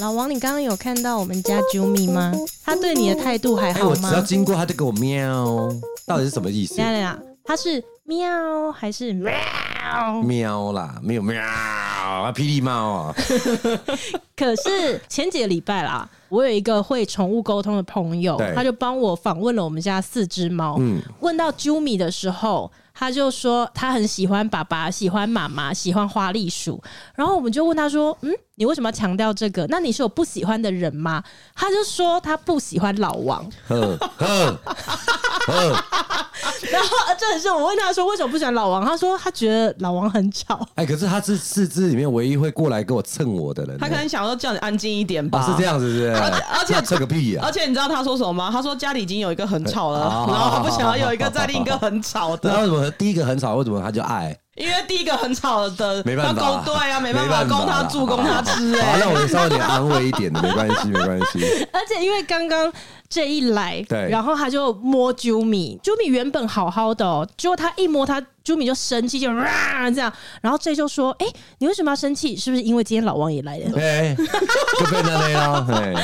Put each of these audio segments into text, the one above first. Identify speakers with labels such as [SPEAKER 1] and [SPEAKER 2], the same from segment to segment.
[SPEAKER 1] 老王，你刚刚有看到我们家 Jumi 吗？他对你的态度还
[SPEAKER 2] 哎、
[SPEAKER 1] 好
[SPEAKER 2] 我只
[SPEAKER 1] 吗？
[SPEAKER 2] 要经过他就给我喵，到底是什么意思
[SPEAKER 1] 等一？下等一下，他是喵还是喵？
[SPEAKER 2] 喵啦，没有喵，啊霹雳猫啊！
[SPEAKER 1] 可是前几个礼拜啦，我有一个会宠物沟通的朋友
[SPEAKER 2] 对，
[SPEAKER 1] 他就帮我访问了我们家四只猫。
[SPEAKER 2] 嗯
[SPEAKER 1] 问到 Jumi 的时候，他就说他很喜欢爸爸，喜欢妈妈，喜欢花栗鼠。然后我们就问他说：“嗯，你为什么要强调这个？那你是有不喜欢的人吗？”他就说他不喜欢老王。
[SPEAKER 2] 呵呵，
[SPEAKER 1] 然后呃真的是我问他说为什么不喜欢老王，他说他觉得老王很吵。
[SPEAKER 2] 哎、可是他是四只里面唯一会过来跟我蹭我的人、
[SPEAKER 3] 他可能想要叫你安静一点吧。
[SPEAKER 2] 哦是这。样子，是不是？
[SPEAKER 3] 而且
[SPEAKER 2] 那蹭个屁啊呀、
[SPEAKER 3] 而且你知道他说什么吗？他说家里已经有一个很吵了，
[SPEAKER 2] 哦
[SPEAKER 3] 然后他不想要有一个再另一个很吵
[SPEAKER 2] 不知道
[SPEAKER 3] 的，
[SPEAKER 2] 为什么第一个很吵，为什么他就爱？
[SPEAKER 3] 因为第一个很吵的
[SPEAKER 2] 啊没办
[SPEAKER 3] 要
[SPEAKER 2] 法，
[SPEAKER 3] 供对啊，没办法
[SPEAKER 2] 没
[SPEAKER 3] 供他住供他吃
[SPEAKER 2] 好
[SPEAKER 3] 哎、
[SPEAKER 2] 那我稍微有点安慰一点的，没关系，没关系。
[SPEAKER 1] 而且因为刚刚这一来，
[SPEAKER 2] 对
[SPEAKER 1] 然后他就摸 Jumi，Jumi 原本好好的、哦，结果他一摸他，Jumi 就生气，就啊这样，然后这就说：“哎、你为什么要生气？是不是因为今天老王也来了？”
[SPEAKER 2] 哎、就被那类了，哎、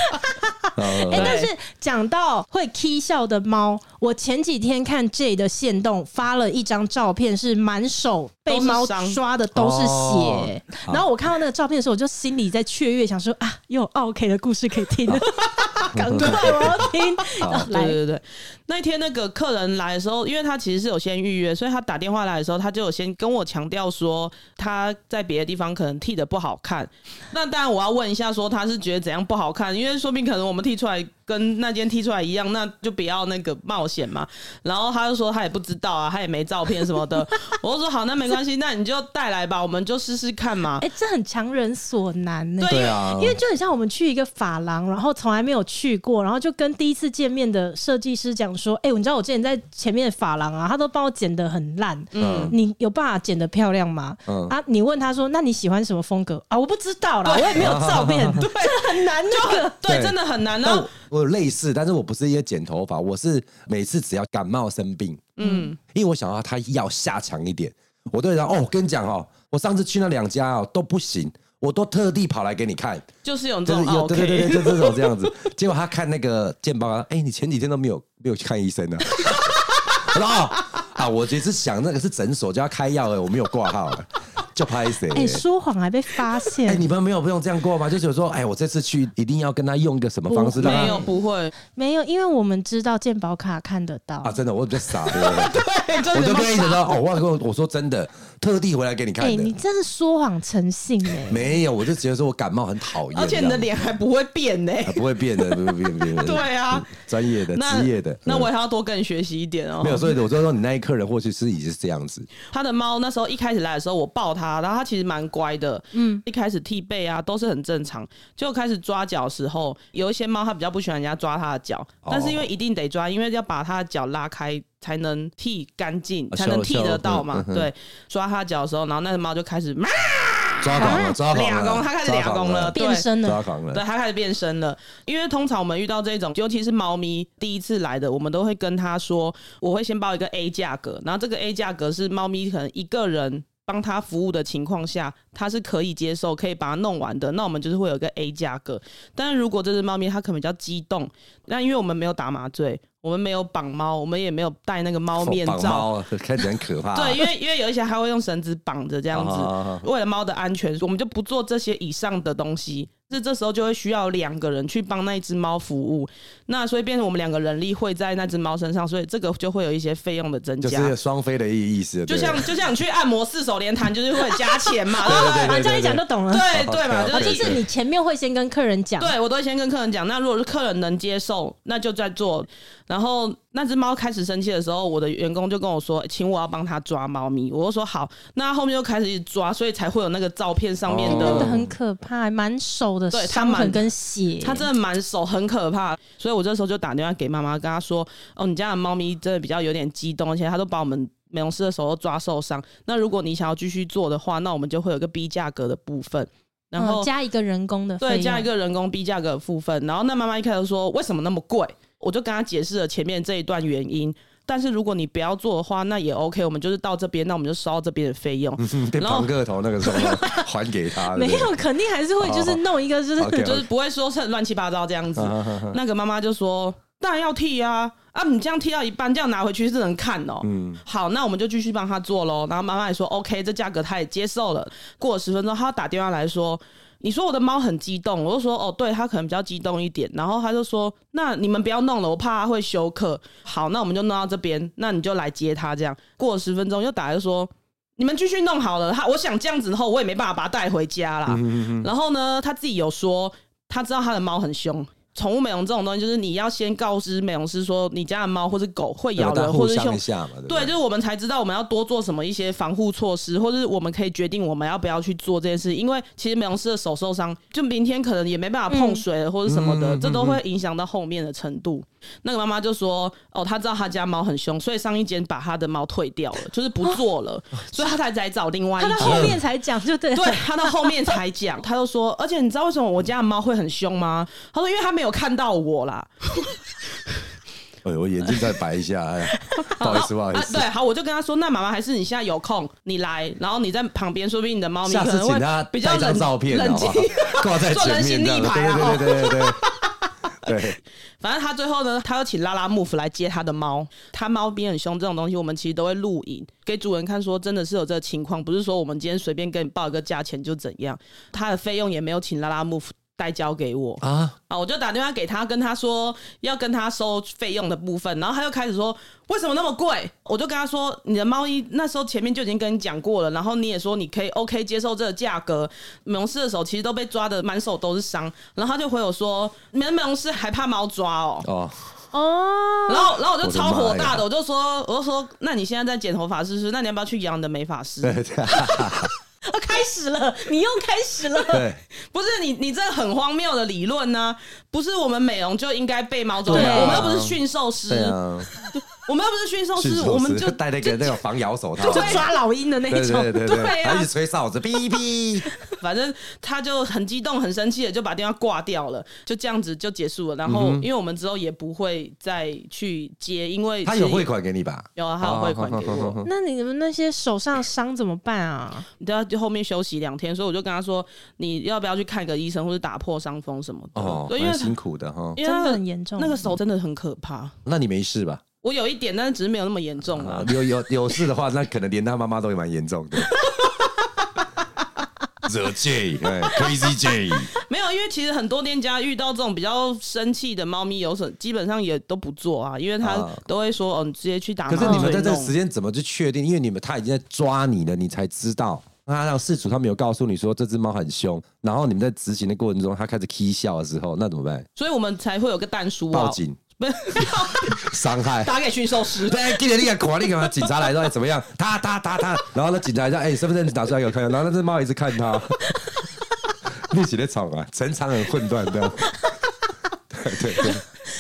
[SPEAKER 2] 好
[SPEAKER 1] 哎、
[SPEAKER 3] 对
[SPEAKER 1] 但是讲到会 k 笑的猫，我前几天看 J 的线动发了一张照片，是满手被猫
[SPEAKER 3] 都是伤
[SPEAKER 1] 抓的都是血、
[SPEAKER 2] 哦
[SPEAKER 1] 然后我看到那个照片的时候，我就心里在雀跃，想说啊，又有 OK 的故事可以 听 了，赶快我要听。
[SPEAKER 3] 对
[SPEAKER 1] 来，
[SPEAKER 3] 对对，哦那一天那个客人来的时候，因为他其实是有先预约，所以他打电话来的时候，他就有先跟我强调说他在别的地方可能剃的不好看。那当然我要问一下，说他是觉得怎样不好看？因为说不定可能我们剃出来跟那间剃出来一样，那就不要那个冒险嘛。然后他就说他也不知道啊，他也没照片什么的。我就说好，那没关系，那你就带来吧，我们就试试看嘛。
[SPEAKER 1] 哎、这很强人所难呢、
[SPEAKER 3] 对
[SPEAKER 2] 对啊，
[SPEAKER 1] 因为就很像我们去一个发廊，然后从来没有去过，然后就跟第一次见面的设计师讲说：“哎、你知道我之前在前面的发廊啊，他都帮我剪得很烂，
[SPEAKER 2] 嗯
[SPEAKER 1] 你有办法剪得漂亮吗？”
[SPEAKER 2] 嗯
[SPEAKER 1] 啊，你问他说：“那你喜欢什么风格啊？”我不知道啦，我也没有照 片， 对，这很难那个。
[SPEAKER 3] 对，
[SPEAKER 2] 对
[SPEAKER 3] 真的很难。然
[SPEAKER 2] 但
[SPEAKER 3] 后
[SPEAKER 2] 我我有类似，但是我不是因为剪头发，我是每次只要感冒生病，嗯，因为我想要他要下强一点，我都会讲哦，我跟你讲哦，我上次去那两家哦都不行，我都特地跑来给你看，
[SPEAKER 3] 就是有这
[SPEAKER 2] 就是
[SPEAKER 3] 种啊
[SPEAKER 2] 有
[SPEAKER 3] 哦 OK，
[SPEAKER 2] 对对对对，就这种这样子。 结果他看那个健保啊，哎，你前几天都没有没有去看医生呢、啊， 我说哦啊，我只是想那个是诊所就要开药了，我没有挂号了， 就拍谁、
[SPEAKER 1] 哎、说谎还被发
[SPEAKER 2] 哎、
[SPEAKER 1] 现，
[SPEAKER 2] 你们没有不用这样过吗？就是有说，哎、我这次去一定要跟他用一个什么方式让他
[SPEAKER 3] 没有不会，
[SPEAKER 1] 没有，因为我们知道健保卡看得到。
[SPEAKER 2] 啊，真的，我比较傻，对不对？
[SPEAKER 3] 对，啊真
[SPEAKER 2] 哎我
[SPEAKER 3] 的
[SPEAKER 2] 就跟
[SPEAKER 3] 没办
[SPEAKER 2] 你讲
[SPEAKER 3] 法
[SPEAKER 2] 说，哦，我跟我我说真的，特地回来给你
[SPEAKER 1] 哎、
[SPEAKER 2] 看
[SPEAKER 1] 你
[SPEAKER 2] 的。
[SPEAKER 1] 真是说谎成性哎、
[SPEAKER 2] 没有，我就觉得说我感冒很讨厌，
[SPEAKER 3] 而且你的
[SPEAKER 2] 这样
[SPEAKER 3] 脸还不会变呢、
[SPEAKER 2] 啊不会变的，不会变，不会变
[SPEAKER 3] 对啊，
[SPEAKER 2] 专业的、
[SPEAKER 3] 那
[SPEAKER 2] 职业的，
[SPEAKER 3] 那我
[SPEAKER 2] 嗯
[SPEAKER 3] 也要多跟你学习一点哦、
[SPEAKER 2] 没有，所以我就说你那一客人或许是已经是这样子，
[SPEAKER 3] 他的猫那时候一开始来的时候，我抱它，然后它其实蛮乖的，嗯，一开始踢背啊都是很正常。就开始抓脚的时候，有一些猫它比较不喜欢人家抓它的脚，
[SPEAKER 2] 哦
[SPEAKER 3] 但是因为一定得抓，因为要把它的脚拉开才能剃干净，
[SPEAKER 2] 啊
[SPEAKER 3] 才能
[SPEAKER 2] 修
[SPEAKER 3] 剃
[SPEAKER 2] 修
[SPEAKER 3] 得到嘛。
[SPEAKER 2] 嗯嗯
[SPEAKER 3] 对，抓它脚的时候，然后那只猫就开始
[SPEAKER 2] 抓狂了，抓狂
[SPEAKER 3] 啊俩
[SPEAKER 2] 了，
[SPEAKER 3] 公，它开始
[SPEAKER 2] 抓
[SPEAKER 3] 俩
[SPEAKER 2] 狂
[SPEAKER 3] 公了，，对
[SPEAKER 1] 变身了，
[SPEAKER 2] 抓狂
[SPEAKER 3] 对，
[SPEAKER 2] 了，
[SPEAKER 3] 它开始变身了。因为通常我们遇到这种，尤其是猫咪第一次来的，我们都会跟他说，我会先报一个 A 价格，然后这个 A 价格是猫咪可能一个人。帮他服务的情况下，他是可以接受，可以把它弄完的。那我们就是会有一个 A 价格。但是如果这只猫咪它可能比较激动，那因为我们没有打麻醉，我们没有绑猫，我们也没有戴那个猫面
[SPEAKER 2] 哦绑
[SPEAKER 3] 罩，
[SPEAKER 2] 猫开始很可怕，
[SPEAKER 3] 对，，因为因为有一些还会用绳子绑着这样
[SPEAKER 2] 啊啊啊啊
[SPEAKER 3] 子，为了猫的安全，我们就不做这些以上的东西。是这时候就会需要两个人去帮那一只猫服务，那所以变成我们两个人力会在那只猫身上，所以这个就会有一些费用的增
[SPEAKER 2] 就
[SPEAKER 3] 加。
[SPEAKER 2] 是双飞的意意思，
[SPEAKER 3] 就
[SPEAKER 2] 对
[SPEAKER 3] 像就像你去按摩四手连弹，就是会加钱嘛，
[SPEAKER 2] 对
[SPEAKER 3] 然后
[SPEAKER 2] 对
[SPEAKER 1] 啊
[SPEAKER 2] 对
[SPEAKER 1] 这样
[SPEAKER 2] 对
[SPEAKER 1] 一讲就
[SPEAKER 2] 对，
[SPEAKER 1] 懂了。
[SPEAKER 3] 对对嘛，
[SPEAKER 2] 好
[SPEAKER 3] 就
[SPEAKER 1] 啊，
[SPEAKER 2] 对
[SPEAKER 1] 就
[SPEAKER 3] 一
[SPEAKER 1] 是你前面会先跟客人讲，
[SPEAKER 3] 对我都会先跟客人讲，那如果是客人能接受，那就再做。然后那只猫开始生气的时候，我的员工就跟我说，请我要帮他抓猫咪，我就说好。那后面就开始一直抓，所以才会有那个照片上面
[SPEAKER 2] 哦
[SPEAKER 1] 真的
[SPEAKER 3] 的，
[SPEAKER 1] 很可怕，满手的
[SPEAKER 3] 对他
[SPEAKER 1] 伤
[SPEAKER 3] 满
[SPEAKER 1] 痕跟血。
[SPEAKER 3] 它真的满手很可怕。所以我这时候就打电话给妈妈，跟她说，哦，你家的猫咪真的比较有点激动，而且它都把我们。美容师的手都抓受伤，那如果你想要继续做的话，那我们就会有一个 B 价格的部分，然后
[SPEAKER 1] 嗯加一个人工的费用，
[SPEAKER 3] 对，加一个人工逼价格的部分。然后那妈妈一开始说为什么那么贵，我就跟她解释了前面这一段原因。但是如果你不要做的话，那也 OK，我们就是到这边，那我们就收到这边的费用。
[SPEAKER 2] 嗯被
[SPEAKER 3] 然后
[SPEAKER 2] 庞克头那个时候还给 他，对
[SPEAKER 1] 没
[SPEAKER 2] 不对
[SPEAKER 1] 有，肯定还是会就是弄一个就是
[SPEAKER 2] 好好好 OK
[SPEAKER 3] 就是不会说是乱七八糟这样子
[SPEAKER 2] 啊哈哈。
[SPEAKER 3] 那个妈妈就说：“当然要剃啊，啊，你这样剃到一半，这样拿回去是能看哦、
[SPEAKER 2] 嗯
[SPEAKER 3] 好，那我们就继续帮他做喽。然后妈妈也说 OK，这价格他也接受了。过了十分钟，他打电话来说：“你说我的猫很激动。”我就说：“哦，对，他可能比较激动一点。”然后他就说：“那你们不要弄了，我怕他会休克。”好，那我们就弄到这边，那你就来接他。这样过了十分钟，又打来说：“你们继续弄好了。”他我想这样子后，我也没办法把他带回家
[SPEAKER 2] 嗯
[SPEAKER 3] 啦。然后呢，他自己有说，他知道他的猫很凶。宠物美容这种东西，就是你要先告知美容师说，你家的猫或是狗会咬
[SPEAKER 2] 大家
[SPEAKER 3] 人，或
[SPEAKER 2] 互
[SPEAKER 3] 是
[SPEAKER 2] 相
[SPEAKER 3] 凶
[SPEAKER 2] 一下嘛，对不
[SPEAKER 3] 对，
[SPEAKER 2] 对？
[SPEAKER 3] 就是我们才知道我们要多做什么一些防护措施，或者是我们可以决定我们要不要去做这件事。因为其实美容师的手受伤，就明天可能也没办法碰水了或者什么的，
[SPEAKER 2] 嗯
[SPEAKER 3] 这都会影响到后面的程度。那个妈妈就说：“哦，她知道她家猫很凶，所以上一间把她的猫退掉了，就是不做 了，所以她才来找另外一
[SPEAKER 1] 他到
[SPEAKER 3] 间。”
[SPEAKER 1] 后面才讲，就对了
[SPEAKER 3] 对他到后面才讲，他就说，而且你知道为什么我家的猫会很凶吗？他说，因为他没有看到我啦。
[SPEAKER 2] 哎，我眼睛再白一 下，哎呀不好意思，不好意
[SPEAKER 3] 啊，
[SPEAKER 2] 思
[SPEAKER 3] 对，，好，我就跟他说，那妈妈还是你现在有空，你来，然后你在旁边，说不定你的猫咪
[SPEAKER 2] 下
[SPEAKER 3] 可
[SPEAKER 2] 次
[SPEAKER 3] 能
[SPEAKER 2] 请
[SPEAKER 3] 会
[SPEAKER 2] 他
[SPEAKER 3] 比
[SPEAKER 2] 带
[SPEAKER 3] 较
[SPEAKER 2] 一张
[SPEAKER 3] 冷
[SPEAKER 2] 照片，
[SPEAKER 3] 冷
[SPEAKER 2] 好不
[SPEAKER 3] 静
[SPEAKER 2] 好。 挂在
[SPEAKER 3] 做人
[SPEAKER 2] 前面，
[SPEAKER 3] 形
[SPEAKER 2] 这样
[SPEAKER 3] 立牌啊
[SPEAKER 2] 对对对对对对对。
[SPEAKER 3] 反正他最后呢，他又请拉拉木夫来接他的猫，他猫咪很凶这种东西，我们其实都会录影给主人看，说真的是有这个情况，不是说我们今天随便跟你报一个价钱就怎样，他的费用也没有请拉拉木夫代交给我。
[SPEAKER 2] 啊，
[SPEAKER 3] 啊，我就打电话给他，跟他说要跟他收费用的部分，然后他又开始说为什么那么贵？我就跟他说，你的猫衣那时候前面就已经跟你讲过了，然后你也说你可以 OK 接受这个价格。美容师的手其实都被抓的满手都是伤，然后他就回我说，你们美容师还怕猫抓哦？
[SPEAKER 2] 哦，
[SPEAKER 1] 哦，
[SPEAKER 3] 然后，然后我就
[SPEAKER 2] 我的
[SPEAKER 3] 超
[SPEAKER 2] 妈呀
[SPEAKER 3] 火大的，我就说，我就说，那你现在在剪头发是不是？那你要不要去养你的美发师？
[SPEAKER 2] 对对
[SPEAKER 1] 啊开始了，你又开始了，
[SPEAKER 2] 对，
[SPEAKER 3] 不是你，你这很荒谬的理论呢、不是我们美容就应该被猫抓，
[SPEAKER 1] 对啊
[SPEAKER 3] 我们又不是驯兽师
[SPEAKER 2] 对，啊，
[SPEAKER 3] 我们又不哦是驯兽
[SPEAKER 2] 驯
[SPEAKER 3] 师，
[SPEAKER 2] 兽
[SPEAKER 3] 我们
[SPEAKER 2] 师
[SPEAKER 3] 就
[SPEAKER 2] 戴那个那个防咬手套，
[SPEAKER 1] 就抓老鹰的那
[SPEAKER 2] 对
[SPEAKER 1] 种
[SPEAKER 2] 对对，对
[SPEAKER 3] 对
[SPEAKER 2] 对，
[SPEAKER 3] 啊
[SPEAKER 2] 还一直吹哨子，哔哔。
[SPEAKER 3] 反正他就很激动、很生气的就把电话挂掉了，就这样子就结束了。然
[SPEAKER 2] 嗯
[SPEAKER 3] 后，因为我们之后也不会再去接，因为
[SPEAKER 2] 他
[SPEAKER 3] 其实
[SPEAKER 2] 有汇款给你吧？
[SPEAKER 3] 有啊，他有汇款给
[SPEAKER 2] 哦好好好
[SPEAKER 3] 我
[SPEAKER 2] 好。
[SPEAKER 1] 那你们那些手上伤怎么办啊？
[SPEAKER 3] 你都要后面休息两天，所以我就跟他说，你要不要去看个医生，或者打破伤风什么的。
[SPEAKER 2] 哦，
[SPEAKER 3] 对，因为
[SPEAKER 2] 蛮
[SPEAKER 3] 他
[SPEAKER 2] 辛苦的哈。
[SPEAKER 3] 因为他
[SPEAKER 1] 真的很严重
[SPEAKER 3] 那个手真的很可怕。
[SPEAKER 2] 那你没事吧？
[SPEAKER 3] 我有一点，但是只是没有那么严重
[SPEAKER 2] 啊
[SPEAKER 3] 啊。
[SPEAKER 2] 有有有事的话，那可能连他妈妈都蛮严重的。The J，哎，Crazy J，
[SPEAKER 3] 没有，因为其实很多店家遇到这种比较生气的猫咪有损，基本上也都不做啊，因为他
[SPEAKER 2] 啊
[SPEAKER 3] 都会说，哦，你直接去
[SPEAKER 1] 啊
[SPEAKER 3] 打麻
[SPEAKER 2] 可
[SPEAKER 3] 醉
[SPEAKER 2] 是
[SPEAKER 3] 弄。
[SPEAKER 2] 你们在这个时间怎么去确定？因为你们他已经在抓你了，你才知道。那让事主他没有告诉你说这只猫很凶，然后你们在执行的过程中，它开始 k 笑的时候，那怎么办？
[SPEAKER 3] 所以我们才会有个蛋叔啊
[SPEAKER 2] 报， 警，
[SPEAKER 3] 不是
[SPEAKER 2] 伤害。
[SPEAKER 3] 打给驯兽 师。
[SPEAKER 2] 对，今天你敢狂，你干嘛？警察来说怎么样？他他他他，然后那警察说：“哎、身份证拿出来给我看。”然后 那只猫一直看他，立起的场啊，整场很混乱， 这样。对对对，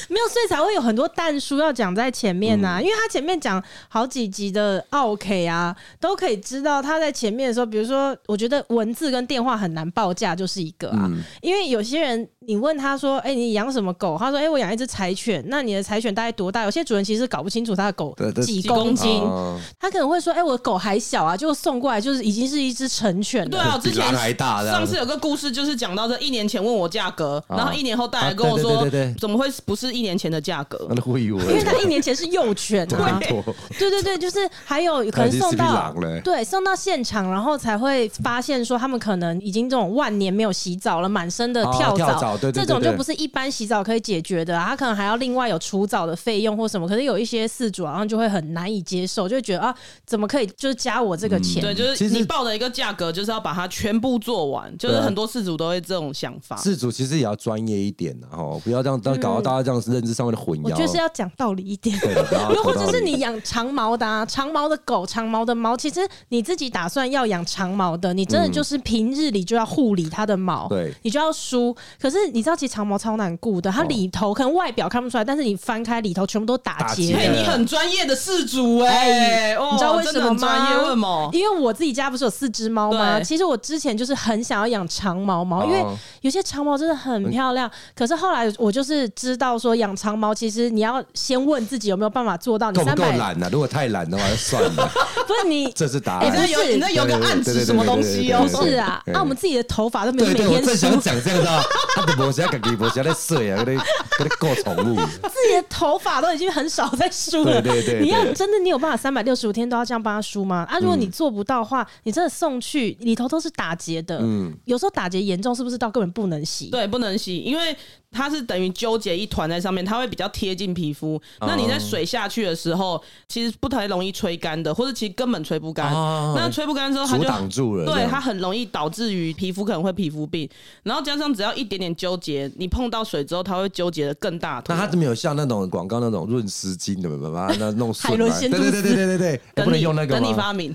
[SPEAKER 1] 没有，所以才会有很多蛋书要讲在前面呐、因为他前面讲好几集的 OK 啊，都可以知道他在前面的时候，比如说，我觉得文字跟电话很难报价，就是一个啊，因为有些人你问他说，哎、你养什么狗？他说，哎、我养一只柴犬，那你的柴犬大概多大？有些主人其实搞不清楚他的狗
[SPEAKER 2] 对对
[SPEAKER 1] 几
[SPEAKER 3] 几公
[SPEAKER 1] 公斤，
[SPEAKER 2] 哦
[SPEAKER 1] 他可能会说，哎、我的狗还小啊，就送过来就是已经是一只成犬
[SPEAKER 3] 对
[SPEAKER 1] 了。
[SPEAKER 3] 啊，我之
[SPEAKER 2] 比狼
[SPEAKER 3] 前
[SPEAKER 2] 还大这样
[SPEAKER 3] 上次有个故事，就是讲到这一年前问我价格，
[SPEAKER 2] 啊
[SPEAKER 3] 然后一年后带来
[SPEAKER 2] 啊
[SPEAKER 3] 跟我
[SPEAKER 2] 对对
[SPEAKER 3] 说
[SPEAKER 2] 对对对，嗯
[SPEAKER 3] 怎么会不是一年前的价格
[SPEAKER 2] 那？会有
[SPEAKER 1] 因为他一年前是幼犬 啊，
[SPEAKER 2] 多。
[SPEAKER 1] 对对对，就是还有可
[SPEAKER 2] 他
[SPEAKER 1] 能
[SPEAKER 2] 已经
[SPEAKER 1] 送
[SPEAKER 2] CP
[SPEAKER 1] 到
[SPEAKER 2] 狼了欸
[SPEAKER 1] 对送到现场，然后才会发现说他们可能已经这种万年没有洗澡了，满身的
[SPEAKER 2] 哦
[SPEAKER 1] 跳蚤，
[SPEAKER 2] 跳蚤对对
[SPEAKER 1] 这种
[SPEAKER 2] 对对
[SPEAKER 1] 就不是一般洗澡可以解决的、啊，他可能还要另外有除澡的费用或什么。可是有一些饲主好像就会很难以接受，就会觉得啊，怎么可以就是加我这个钱？
[SPEAKER 3] 对，就
[SPEAKER 2] 其
[SPEAKER 3] 是
[SPEAKER 2] 实
[SPEAKER 3] 你报的一个价格，就是要把它全部做完，就是
[SPEAKER 2] 对啊
[SPEAKER 3] 很多事主都会这种想法。
[SPEAKER 2] 事主其实也要专业一点的哈，不要这样，但搞到大家这样认知上面的混淆。
[SPEAKER 1] 嗯我觉得是要讲道理一点。
[SPEAKER 2] 对的，不要
[SPEAKER 1] 又或
[SPEAKER 2] 搞
[SPEAKER 1] 者
[SPEAKER 2] 到
[SPEAKER 1] 是你养长毛的、啊，长毛的狗、长毛的猫，其实你自己打算要养长毛的，你真的就是平日里就要护理它的毛，
[SPEAKER 2] 嗯对
[SPEAKER 1] 你就要梳。可是是你知道，其实长毛超难顾的，它
[SPEAKER 2] 哦
[SPEAKER 1] 里头可能外表看不出来，但是你翻开里头全部都打
[SPEAKER 2] 打
[SPEAKER 1] 结
[SPEAKER 2] 结
[SPEAKER 1] 了
[SPEAKER 3] 嘿，你很专业的事主哎、哦，
[SPEAKER 1] 你知道为
[SPEAKER 3] 真
[SPEAKER 1] 什
[SPEAKER 3] 的
[SPEAKER 1] 么
[SPEAKER 3] 很
[SPEAKER 1] 吗？
[SPEAKER 3] 专业，为什么？
[SPEAKER 1] 因为我自己家不是有四只猫吗？
[SPEAKER 3] 对
[SPEAKER 1] 其实我之前就是很想要养长毛猫，因为
[SPEAKER 2] 哦嗯
[SPEAKER 1] 有些长毛真的很漂亮。可是后来我就是知道说，养长毛其实你要先问自己有没有办法做到。你
[SPEAKER 2] 够
[SPEAKER 1] 三
[SPEAKER 2] 不够
[SPEAKER 1] 百
[SPEAKER 2] 懒呢？啊如果太懒的话，就算 了，
[SPEAKER 1] 不是你
[SPEAKER 2] 这是答
[SPEAKER 1] 哎
[SPEAKER 3] 你那
[SPEAKER 2] 案。
[SPEAKER 1] 真
[SPEAKER 3] 有
[SPEAKER 1] 不是
[SPEAKER 3] 你那有个暗
[SPEAKER 2] 对对
[SPEAKER 3] 指
[SPEAKER 2] 对
[SPEAKER 3] 什么东西哦
[SPEAKER 2] 对
[SPEAKER 1] 不？
[SPEAKER 2] 对对
[SPEAKER 1] 是啊，
[SPEAKER 2] 对
[SPEAKER 1] 那、我们自己的头发都没有
[SPEAKER 2] 对
[SPEAKER 1] 每
[SPEAKER 2] 对，我
[SPEAKER 1] 天
[SPEAKER 2] 正
[SPEAKER 1] 梳，
[SPEAKER 2] 想讲这样的啊，他的脖子要给你脖子在碎啊，跟你跟你够 宠物。
[SPEAKER 1] 自己的头发都已经很少在梳了。
[SPEAKER 2] 对对对对嗯
[SPEAKER 1] 你要真的你有办法三百六十五天都要这样帮它梳吗？啊，如果你做不到的话，你真的送去里头都是打结的。
[SPEAKER 2] 嗯
[SPEAKER 1] 有时候打结严重，是不是到根本不能洗？
[SPEAKER 3] 对，不能洗，因为它是等于纠结一团在上面，它会比较贴近皮肤。
[SPEAKER 2] 哦
[SPEAKER 3] 那你在水下去的时候，其实不太容易吹干的，或者其实根本吹不干。
[SPEAKER 2] 哦
[SPEAKER 3] 那吹不干之后，它
[SPEAKER 2] 阻
[SPEAKER 3] 就
[SPEAKER 2] 挡住了这
[SPEAKER 3] 对
[SPEAKER 2] 样
[SPEAKER 3] 它很容易导致于皮肤可能会皮肤病，然后加上只要一点点纠结，你碰到水之后，它会纠结的更大坨。
[SPEAKER 2] 那它没有像那种广告那种润湿巾的，把它那弄顺
[SPEAKER 1] 海伦
[SPEAKER 2] 来
[SPEAKER 1] 仙
[SPEAKER 2] 对
[SPEAKER 1] 度
[SPEAKER 2] 对对对对 对对，哎
[SPEAKER 3] 等
[SPEAKER 2] 不能
[SPEAKER 3] 你
[SPEAKER 2] 用那个
[SPEAKER 3] 等你
[SPEAKER 2] 吗？
[SPEAKER 3] 发明。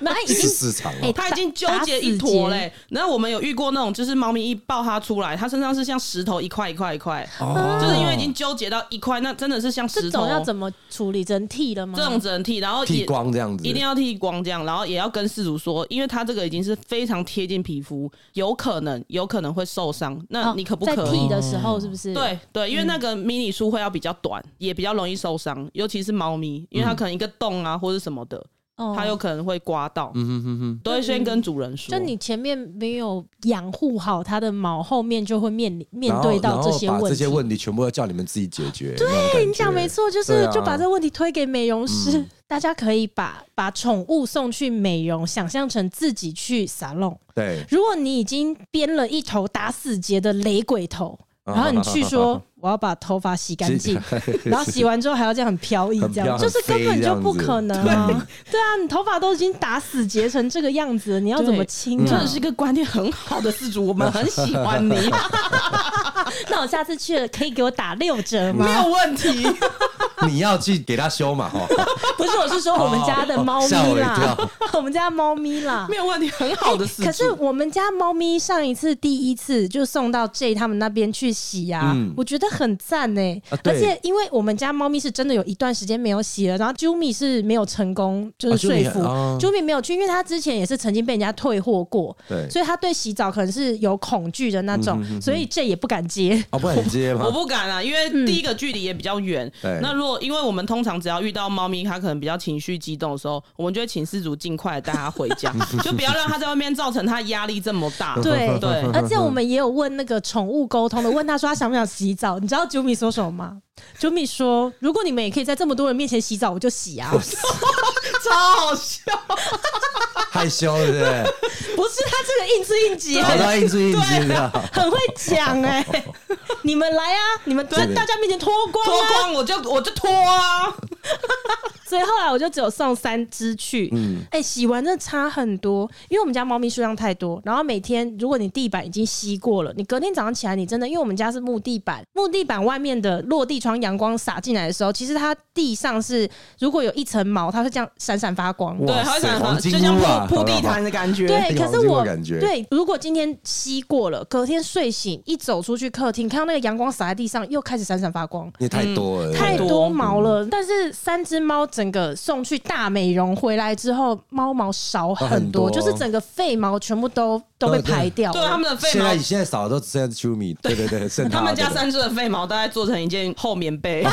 [SPEAKER 1] 那 已
[SPEAKER 2] 是
[SPEAKER 1] 经
[SPEAKER 2] 啊市场
[SPEAKER 1] 哎
[SPEAKER 2] 哦，
[SPEAKER 3] 它已经纠结一坨嘞、然后我们有遇过那种，就是猫咪一抱它出来，它身上是像石头一块一块一块，
[SPEAKER 2] 哦
[SPEAKER 3] 就是因为已经纠结到一块，那真的是像
[SPEAKER 1] 这
[SPEAKER 3] 石头。
[SPEAKER 1] 种要怎么处理？整剃了吗？
[SPEAKER 3] 这种只能剃，然后
[SPEAKER 2] 剃
[SPEAKER 3] 也
[SPEAKER 2] 光这样子，
[SPEAKER 3] 一定要剃光这样，然后也要跟事主说，因为它这个已经是非常贴近皮肤，有可能有可能会受伤，那
[SPEAKER 1] 哦
[SPEAKER 3] 你可不
[SPEAKER 1] 在
[SPEAKER 3] 可以？
[SPEAKER 1] 剃的时候是嗯不是？
[SPEAKER 3] 对对，因为那个迷你梳会要比较短，也比较容易受伤，尤其是猫咪，因为
[SPEAKER 2] 嗯
[SPEAKER 3] 它可能一个洞啊或者什么的，
[SPEAKER 1] 哦，
[SPEAKER 3] 它有可能会刮到，
[SPEAKER 2] 嗯哼哼哼，
[SPEAKER 3] 都会先跟主人说。
[SPEAKER 1] 就你前面没有养护好它的毛，后面就会面临面
[SPEAKER 2] 然后
[SPEAKER 1] 对到
[SPEAKER 2] 然后
[SPEAKER 1] 些
[SPEAKER 2] 把
[SPEAKER 1] 问
[SPEAKER 2] 这
[SPEAKER 1] 题
[SPEAKER 2] 些。问题全部要叫你们自己解决。对，
[SPEAKER 1] 哎你讲没错，就是、
[SPEAKER 2] 对啊嗯
[SPEAKER 1] 就把这个问题推给美容师。大家可以把把宠物送去美容，想象成自己去沙龙。
[SPEAKER 2] 对，
[SPEAKER 1] 如果你已经编了一头打死结的雷鬼头，
[SPEAKER 2] 啊
[SPEAKER 1] 然后你去 说我要把头发洗干净， 然后洗完之后还要这样很飘逸，
[SPEAKER 2] 很
[SPEAKER 1] 这
[SPEAKER 2] 飘
[SPEAKER 1] 样
[SPEAKER 2] 很
[SPEAKER 1] 就是根本
[SPEAKER 2] 飞这
[SPEAKER 1] 就
[SPEAKER 2] 样子
[SPEAKER 1] 不可能啊！对啊，你头发都已经打死结成这个样子了，你要怎么
[SPEAKER 2] 嗯
[SPEAKER 1] 清
[SPEAKER 3] 真
[SPEAKER 1] 啊
[SPEAKER 3] 的？是一个观念很好的事主，我们很喜欢你，
[SPEAKER 1] 那我下次去了可以给我打六折
[SPEAKER 3] 没有
[SPEAKER 1] 吗？
[SPEAKER 2] 嗯
[SPEAKER 3] 问题。
[SPEAKER 2] 你要去给它修嘛，哈，
[SPEAKER 1] 不是，我是说我们家的猫咪
[SPEAKER 2] 吓我一
[SPEAKER 1] 啦
[SPEAKER 2] 跳，
[SPEAKER 1] 我们家猫咪啦
[SPEAKER 3] 没。有问题，很好的事、
[SPEAKER 1] 可
[SPEAKER 2] 嗯
[SPEAKER 1] 是我们家猫咪上一次第一次就送到 J 他们那边去洗啊，
[SPEAKER 2] 嗯
[SPEAKER 1] 我觉得很赞呢、
[SPEAKER 2] 啊对
[SPEAKER 1] 而且因为我们家猫咪是真的有一段时间没有洗了，然后 Jumi 是没有成功就是
[SPEAKER 2] 啊
[SPEAKER 1] 说
[SPEAKER 2] ，Jumi
[SPEAKER 1] 服、
[SPEAKER 2] 啊
[SPEAKER 1] Jumi 没有去，因为他之前也是曾经被人家退货过，
[SPEAKER 2] 对，嗯
[SPEAKER 1] 所以他对洗澡可能是有恐惧的那种，所以 J 也不敢 接。
[SPEAKER 2] 哦，不然你接吗
[SPEAKER 3] 我？不敢啊，因为第一个距离也比较远。
[SPEAKER 2] 对
[SPEAKER 3] 那如果因为我们通常只要遇到猫咪，它可能比较情绪激动的时候，我们就会请事主尽快地带它回 家，就不要让它在外面造成它压力这么大。
[SPEAKER 1] 对
[SPEAKER 3] 对
[SPEAKER 1] 而且我们也有问那个宠物沟通的，问他说他想不想洗澡？你知道 Jumi 说什么吗？Jumi 说，如果你们也可以在这么多人面前洗澡，我就洗 啊。
[SPEAKER 3] 超好笑。
[SPEAKER 2] 害羞对不对？
[SPEAKER 1] 不是他这个硬吃硬接，
[SPEAKER 2] 好的，硬是硬是的，
[SPEAKER 1] 很会讲哎、你们来啊，你们在
[SPEAKER 2] 对
[SPEAKER 1] 大家面前脱光
[SPEAKER 3] 脱
[SPEAKER 1] 啊！
[SPEAKER 3] 光我就我就脱啊！
[SPEAKER 1] 所以后来我就只有送三只去，嗯，哎、洗完真的差很多，因为我们家猫咪数量太多，然后每天如果你地板已经吸过了，你隔天早上起来，你真的因为我们家是木地板，木地板外面的落地窗阳光洒进来的时候，其实它地上是如果有一层毛，它会这样闪闪发光。
[SPEAKER 2] 哇
[SPEAKER 3] 对，它会
[SPEAKER 2] 塞
[SPEAKER 3] 想
[SPEAKER 2] 黄金
[SPEAKER 3] 就像
[SPEAKER 2] 屋啊
[SPEAKER 3] 铺铺地毯的感觉。
[SPEAKER 1] 对，
[SPEAKER 2] 一
[SPEAKER 1] 可
[SPEAKER 2] 个
[SPEAKER 1] 是
[SPEAKER 2] 黄金
[SPEAKER 1] 我
[SPEAKER 2] 的感觉
[SPEAKER 1] 对，如果今天吸过了，隔天睡醒一走出去客厅，看到那个阳光洒在地上，又开始闪闪发光，
[SPEAKER 2] 你太多了，
[SPEAKER 1] 太
[SPEAKER 2] 对
[SPEAKER 1] 多毛了。但是三只猫整个送去大美容回来之后，猫毛少很多，
[SPEAKER 2] 啊很多
[SPEAKER 1] 就是整个废毛全部都都被
[SPEAKER 2] 对对
[SPEAKER 1] 排掉
[SPEAKER 3] 对，他
[SPEAKER 1] 了。
[SPEAKER 3] 们的废
[SPEAKER 2] 现
[SPEAKER 3] 毛
[SPEAKER 2] 在，现在少的都只剩下 Jumi，对对对，剩
[SPEAKER 3] 他
[SPEAKER 2] 的
[SPEAKER 3] 们家三只的废毛大概做成一件厚棉 被。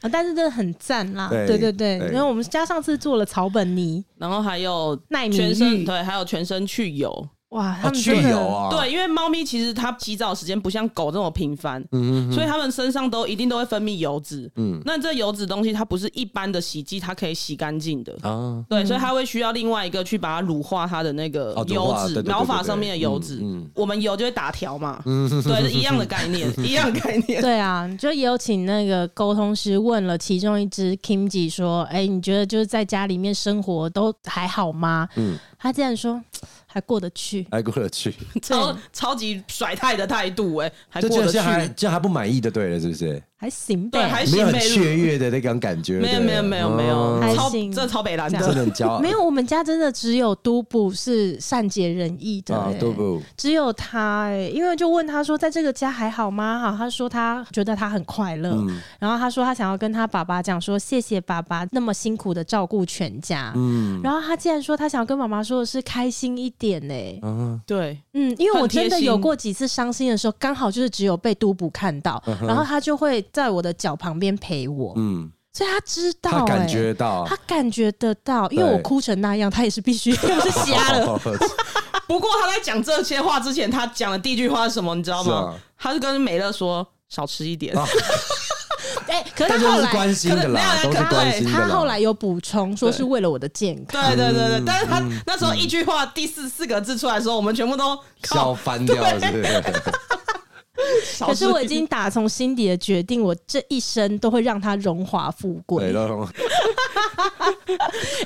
[SPEAKER 1] 啊但是真的很赞啦，
[SPEAKER 2] 对
[SPEAKER 1] 对对对。
[SPEAKER 2] 对
[SPEAKER 1] 因为我们家上次做了草本泥，
[SPEAKER 3] 然后还有
[SPEAKER 1] 奈米
[SPEAKER 3] 全身
[SPEAKER 1] 浴
[SPEAKER 3] 对，还有全身去油。
[SPEAKER 1] 哇，他
[SPEAKER 2] 哦
[SPEAKER 1] 们
[SPEAKER 2] 去
[SPEAKER 1] 真的
[SPEAKER 2] 油啊，
[SPEAKER 3] 对，因为猫咪其实它洗澡时间不像狗这么频繁，
[SPEAKER 2] 嗯
[SPEAKER 3] 所以它们身上都一定都会分泌油脂。嗯，那这油脂东西它不是一般的洗剂，它可以洗干净的。
[SPEAKER 2] 啊，
[SPEAKER 3] 对，所以它会需要另外一个去把它乳化它的那个
[SPEAKER 2] 哦乳
[SPEAKER 3] 油
[SPEAKER 2] 化
[SPEAKER 3] 脂
[SPEAKER 2] 对，对对
[SPEAKER 3] 毛发
[SPEAKER 2] 对对
[SPEAKER 3] 上面的油脂。
[SPEAKER 2] 嗯嗯嗯
[SPEAKER 3] 我们油就会打条嘛，对，是一样的 概念，一样的概念。
[SPEAKER 1] 对啊，就也有请那个沟通师问了其中一只 Kimji 说：“哎、你觉得就是在家里面生活都还好吗？”嗯，他竟然说还过得去，
[SPEAKER 2] 还过得去，
[SPEAKER 3] 超超级甩态的态度、哎，还
[SPEAKER 2] 就
[SPEAKER 3] 过
[SPEAKER 2] 觉得
[SPEAKER 3] 得去
[SPEAKER 2] 现在。还这样还不满意的，对了，是不是？
[SPEAKER 1] 还行
[SPEAKER 3] 对，
[SPEAKER 1] 呗，
[SPEAKER 3] 还
[SPEAKER 2] 没
[SPEAKER 3] 行
[SPEAKER 2] 有很
[SPEAKER 3] 没
[SPEAKER 2] 雀跃的那种感觉，
[SPEAKER 3] 没有没有没有没有，
[SPEAKER 1] 还
[SPEAKER 3] 超
[SPEAKER 1] 行
[SPEAKER 3] 这超北蓝
[SPEAKER 1] 这
[SPEAKER 2] 真的
[SPEAKER 3] 的，
[SPEAKER 2] 很骄傲，
[SPEAKER 1] 没有，我们家真的只有都布是善解人意的、
[SPEAKER 2] 啊
[SPEAKER 1] 欸，
[SPEAKER 2] 都不
[SPEAKER 1] 只有他哎、欸，因为就问他说，在这个家还好吗？好，他说他觉得他很快乐，
[SPEAKER 2] 嗯
[SPEAKER 1] 然后他说他想要跟他爸爸讲说，谢谢爸爸那么辛苦的照顾全家。
[SPEAKER 2] 嗯
[SPEAKER 1] 然后他竟然说他想要跟妈妈说的是开心一点呢、欸
[SPEAKER 2] 啊
[SPEAKER 3] 对，
[SPEAKER 1] 嗯，因为我
[SPEAKER 3] 很贴
[SPEAKER 1] 真的
[SPEAKER 3] 心
[SPEAKER 1] 有过几次伤心的时候，刚好就是只有被都补看到，然后他就会在我的脚旁边陪我，
[SPEAKER 2] 嗯，
[SPEAKER 1] 所以他知道、欸，
[SPEAKER 2] 他感觉到
[SPEAKER 1] 他感觉得到，因为我
[SPEAKER 2] 对
[SPEAKER 1] 哭成那样，他也是必须 又是瞎 了。
[SPEAKER 2] 哦
[SPEAKER 3] 不过他在讲这些话之前，他讲的第一句话是什么？你知道
[SPEAKER 2] 是
[SPEAKER 3] 吗
[SPEAKER 2] 啊？
[SPEAKER 3] 他就跟美乐说少吃一点，
[SPEAKER 2] 啊
[SPEAKER 1] 哎、可是
[SPEAKER 2] 但
[SPEAKER 1] 他
[SPEAKER 2] 就
[SPEAKER 1] 后
[SPEAKER 2] 是
[SPEAKER 1] 来，
[SPEAKER 2] 关心的啦，都
[SPEAKER 3] 可能
[SPEAKER 2] 是关心的
[SPEAKER 1] 他后
[SPEAKER 2] 啦。
[SPEAKER 1] 来有补充说
[SPEAKER 3] 对
[SPEAKER 1] 是为了我的健康。
[SPEAKER 3] 对对对对，
[SPEAKER 2] 嗯
[SPEAKER 3] 但是他那时候一句话第四四个字出来的时候，我们全部都
[SPEAKER 2] 笑
[SPEAKER 3] 靠，
[SPEAKER 2] 翻掉了，是不是？
[SPEAKER 3] 少
[SPEAKER 1] 可
[SPEAKER 3] 吃
[SPEAKER 1] 是
[SPEAKER 3] 一
[SPEAKER 1] 我
[SPEAKER 3] 点
[SPEAKER 1] 已经打从心底的决定，我这一生都会让他荣华富
[SPEAKER 2] 对
[SPEAKER 1] 贵。
[SPEAKER 2] 了，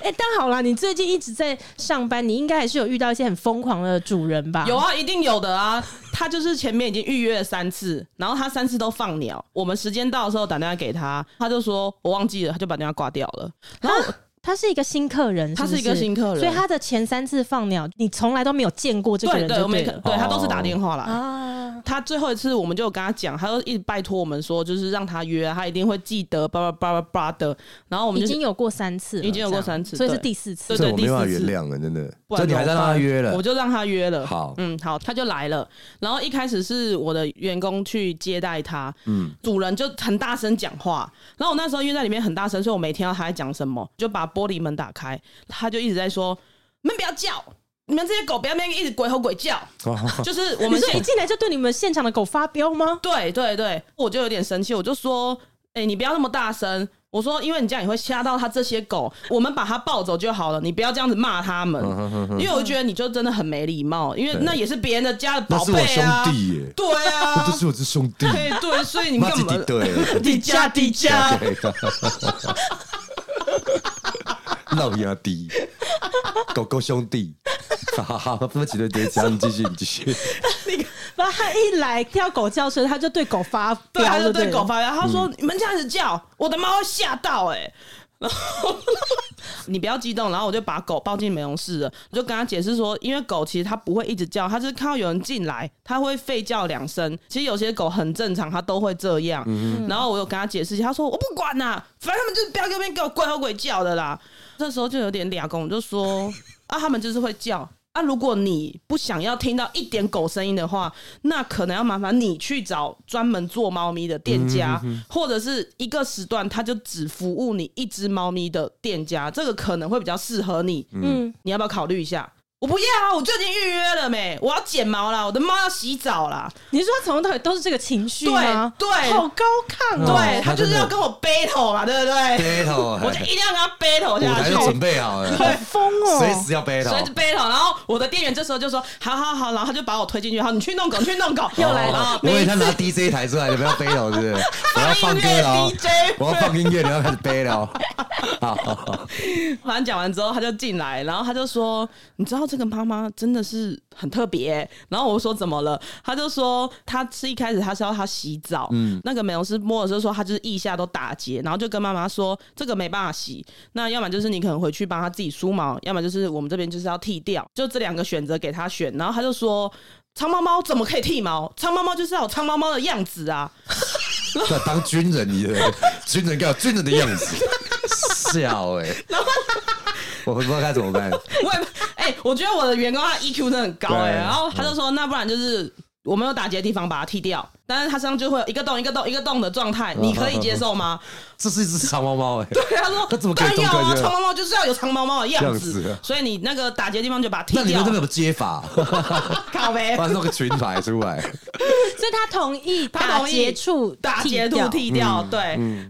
[SPEAKER 1] 哎、但好啦，你最近一直在上班，你应该还是有遇到一些很疯狂的主人吧？
[SPEAKER 3] 有啊，一定有的啊。他就是前面已经预约了三次，然后他三次都放鸟。我们时间到的时候打电话给他，他就说我忘记了，他就把电话挂掉了。然后
[SPEAKER 1] 他是一个新客人
[SPEAKER 3] 啊他
[SPEAKER 1] 是
[SPEAKER 3] 是
[SPEAKER 1] 不
[SPEAKER 3] 一个新客人
[SPEAKER 1] 所以他的前三次放鸟，你从来都没有见过这个
[SPEAKER 3] 对
[SPEAKER 1] 人就
[SPEAKER 3] 对，我们
[SPEAKER 1] 对
[SPEAKER 3] 也可
[SPEAKER 1] 了
[SPEAKER 3] 对他都是打电话来。
[SPEAKER 1] 啊。
[SPEAKER 3] 他最后一次我们就有跟他讲，他就一直拜托我们说，就是让他约啊，他一定会记得，叭叭叭叭叭的。然后我们
[SPEAKER 1] 已
[SPEAKER 3] 就
[SPEAKER 1] 经有过三次了，
[SPEAKER 3] 已经有过
[SPEAKER 1] 这样
[SPEAKER 3] 三次
[SPEAKER 1] 所以是
[SPEAKER 3] 对
[SPEAKER 1] 第四次
[SPEAKER 3] 对。
[SPEAKER 2] 这我
[SPEAKER 3] 第
[SPEAKER 2] 没办法
[SPEAKER 3] 四
[SPEAKER 2] 原
[SPEAKER 3] 次
[SPEAKER 2] 谅了，真的。
[SPEAKER 3] 不
[SPEAKER 2] 这
[SPEAKER 3] 然
[SPEAKER 2] 你还
[SPEAKER 3] 怎
[SPEAKER 2] 让
[SPEAKER 3] 么
[SPEAKER 2] 他
[SPEAKER 3] 办
[SPEAKER 2] 约了
[SPEAKER 3] 我，就让他约了。
[SPEAKER 2] 好
[SPEAKER 3] 嗯，好，他就来了。然后一开始是我的员工去接待他，嗯，主人就很大声讲话。然后我那时候因为在里面很大声，所以我没听到他在讲什么，就把玻璃门打开，他就一直在说：“你们不要叫，你们这些狗不要在那边一直鬼吼鬼叫。
[SPEAKER 2] 哦”
[SPEAKER 3] 就是我
[SPEAKER 1] 你
[SPEAKER 3] 们
[SPEAKER 1] 说一
[SPEAKER 3] 现
[SPEAKER 1] 进来就对你们现场的狗发飙吗？
[SPEAKER 3] 对对对，我就有点生气，我就说：“哎、你不要那么大声。”我说，因为你这样也会吓到他这些狗，我们把它抱走就好了，你不要这样子骂他们，
[SPEAKER 2] 嗯
[SPEAKER 3] 因为我觉得你就真的很没礼貌，因为那也是别人的家的
[SPEAKER 2] 那
[SPEAKER 3] 宝
[SPEAKER 2] 是
[SPEAKER 3] 贝
[SPEAKER 2] 我兄
[SPEAKER 3] 啊，
[SPEAKER 2] 弟耶，
[SPEAKER 3] 对啊，
[SPEAKER 2] 这是我这兄弟，
[SPEAKER 3] 对对，所以你
[SPEAKER 2] 妈
[SPEAKER 3] 干
[SPEAKER 2] 自
[SPEAKER 3] 嘛
[SPEAKER 2] 己？对，
[SPEAKER 3] 迪迦迪迦，
[SPEAKER 2] 老压低，狗狗兄弟。好好好，对不起，对不起，你继续，你继续。
[SPEAKER 1] 然后他一来跳狗叫声，他就对狗发
[SPEAKER 3] 对，他
[SPEAKER 1] 飙，
[SPEAKER 3] 就
[SPEAKER 1] 对
[SPEAKER 3] 对
[SPEAKER 1] 了
[SPEAKER 3] 狗发飙，他说：“你们这样子叫，我的猫会吓到哎、欸。” 然后你不要激动，然后我就把狗抱进美容室了，我就跟他解释说，因为狗其实它不会一直叫，它就是看到有人进来，它会吠叫两声。其实有些狗很正常，它都会这样。然后我有跟他解释一下，他说我不管啦、反正他们就是不要在那边给我怪吼鬼叫的啦。这时候就有点俩公，我就说 啊，他们就是会叫。啊，如果你不想要听到一点狗声音的话，那可能要麻烦你去找专门做猫咪的店家，
[SPEAKER 2] 嗯
[SPEAKER 3] 或者是一个时段他就只服务你一只猫咪的店家，
[SPEAKER 2] 嗯
[SPEAKER 3] 这个可能会比较适合你。
[SPEAKER 1] 嗯，
[SPEAKER 3] 你要不要考虑一下？我不要啊！我最近预约了没？我要剪毛啦，我的猫要洗澡啦。
[SPEAKER 1] 你是说他从头到尾都是这个情绪
[SPEAKER 3] 对
[SPEAKER 1] 吗？
[SPEAKER 3] 对
[SPEAKER 1] 好高亢哦、
[SPEAKER 3] 对，他
[SPEAKER 2] 他
[SPEAKER 3] 就是
[SPEAKER 2] 真的
[SPEAKER 3] 要跟我 battle 嘛，对不对？
[SPEAKER 2] battle，
[SPEAKER 3] 我就一定要跟他 battle
[SPEAKER 2] 舞
[SPEAKER 3] 下
[SPEAKER 2] 台
[SPEAKER 3] 去
[SPEAKER 2] 就。准备好了，
[SPEAKER 1] 好疯哦、
[SPEAKER 2] 随时要
[SPEAKER 3] 所以就
[SPEAKER 2] battle。
[SPEAKER 3] battle，然后我的店员这时候就说：“好好好。”然后他就把我推进去，好，你去弄狗，你去弄狗，又来了
[SPEAKER 2] 哦我以为他拿 DJ 台出来，你们要 battle 是不是？我要放歌了哦，
[SPEAKER 3] DJ，
[SPEAKER 2] 我要放音乐，你要开始 battle 哦。好好好，
[SPEAKER 3] 反正讲完之后，他就进来，然后他就说：“你知道这个妈妈真的是很特别欸、然后我说：“怎么了？”他就说：“他是一开始他是要他洗澡，嗯，那个美容师摸的时候说他就是腋下都打结，然后就跟妈妈说这个没办法洗，那要么就是你可能回去帮他自己梳毛，要么就是我们这边就是要剃掉，就这两个选择给他选。”然后他就说。长毛猫怎么可以剃毛？长毛猫就是要有长毛猫的样子啊！
[SPEAKER 2] 那当军人你的军人该有军人的样子， 笑哎、我不知道该怎么办。
[SPEAKER 3] 我也哎、我觉得我的员工他 EQ 真的很高
[SPEAKER 2] 对嗯
[SPEAKER 3] 哎、然后他就说，那不然就是我们有打结的地方把它剃掉，但是他身上就会有一个洞一个洞一个洞的状
[SPEAKER 2] 嗯
[SPEAKER 3] 态，你可以接受吗？
[SPEAKER 2] 这是一只长毛猫哎、
[SPEAKER 3] 对，他说
[SPEAKER 2] 那嗯怎么可
[SPEAKER 3] 当
[SPEAKER 2] 以
[SPEAKER 3] 然
[SPEAKER 2] 动
[SPEAKER 3] 要啊，
[SPEAKER 2] 这个
[SPEAKER 3] 长毛猫就是要有长毛猫的样
[SPEAKER 2] 样
[SPEAKER 3] 子，
[SPEAKER 2] 子啊
[SPEAKER 3] 所以你那个打结的地方就把它
[SPEAKER 2] 那
[SPEAKER 3] 剃
[SPEAKER 2] 你们
[SPEAKER 3] 掉
[SPEAKER 2] 这边，有接法？
[SPEAKER 3] 靠呗，
[SPEAKER 2] 把弄个裙摆出来，
[SPEAKER 1] 所以他同意
[SPEAKER 3] 他
[SPEAKER 1] 打
[SPEAKER 3] 同意
[SPEAKER 1] 接触，
[SPEAKER 3] 打截图
[SPEAKER 1] 掉
[SPEAKER 3] 剃掉，对，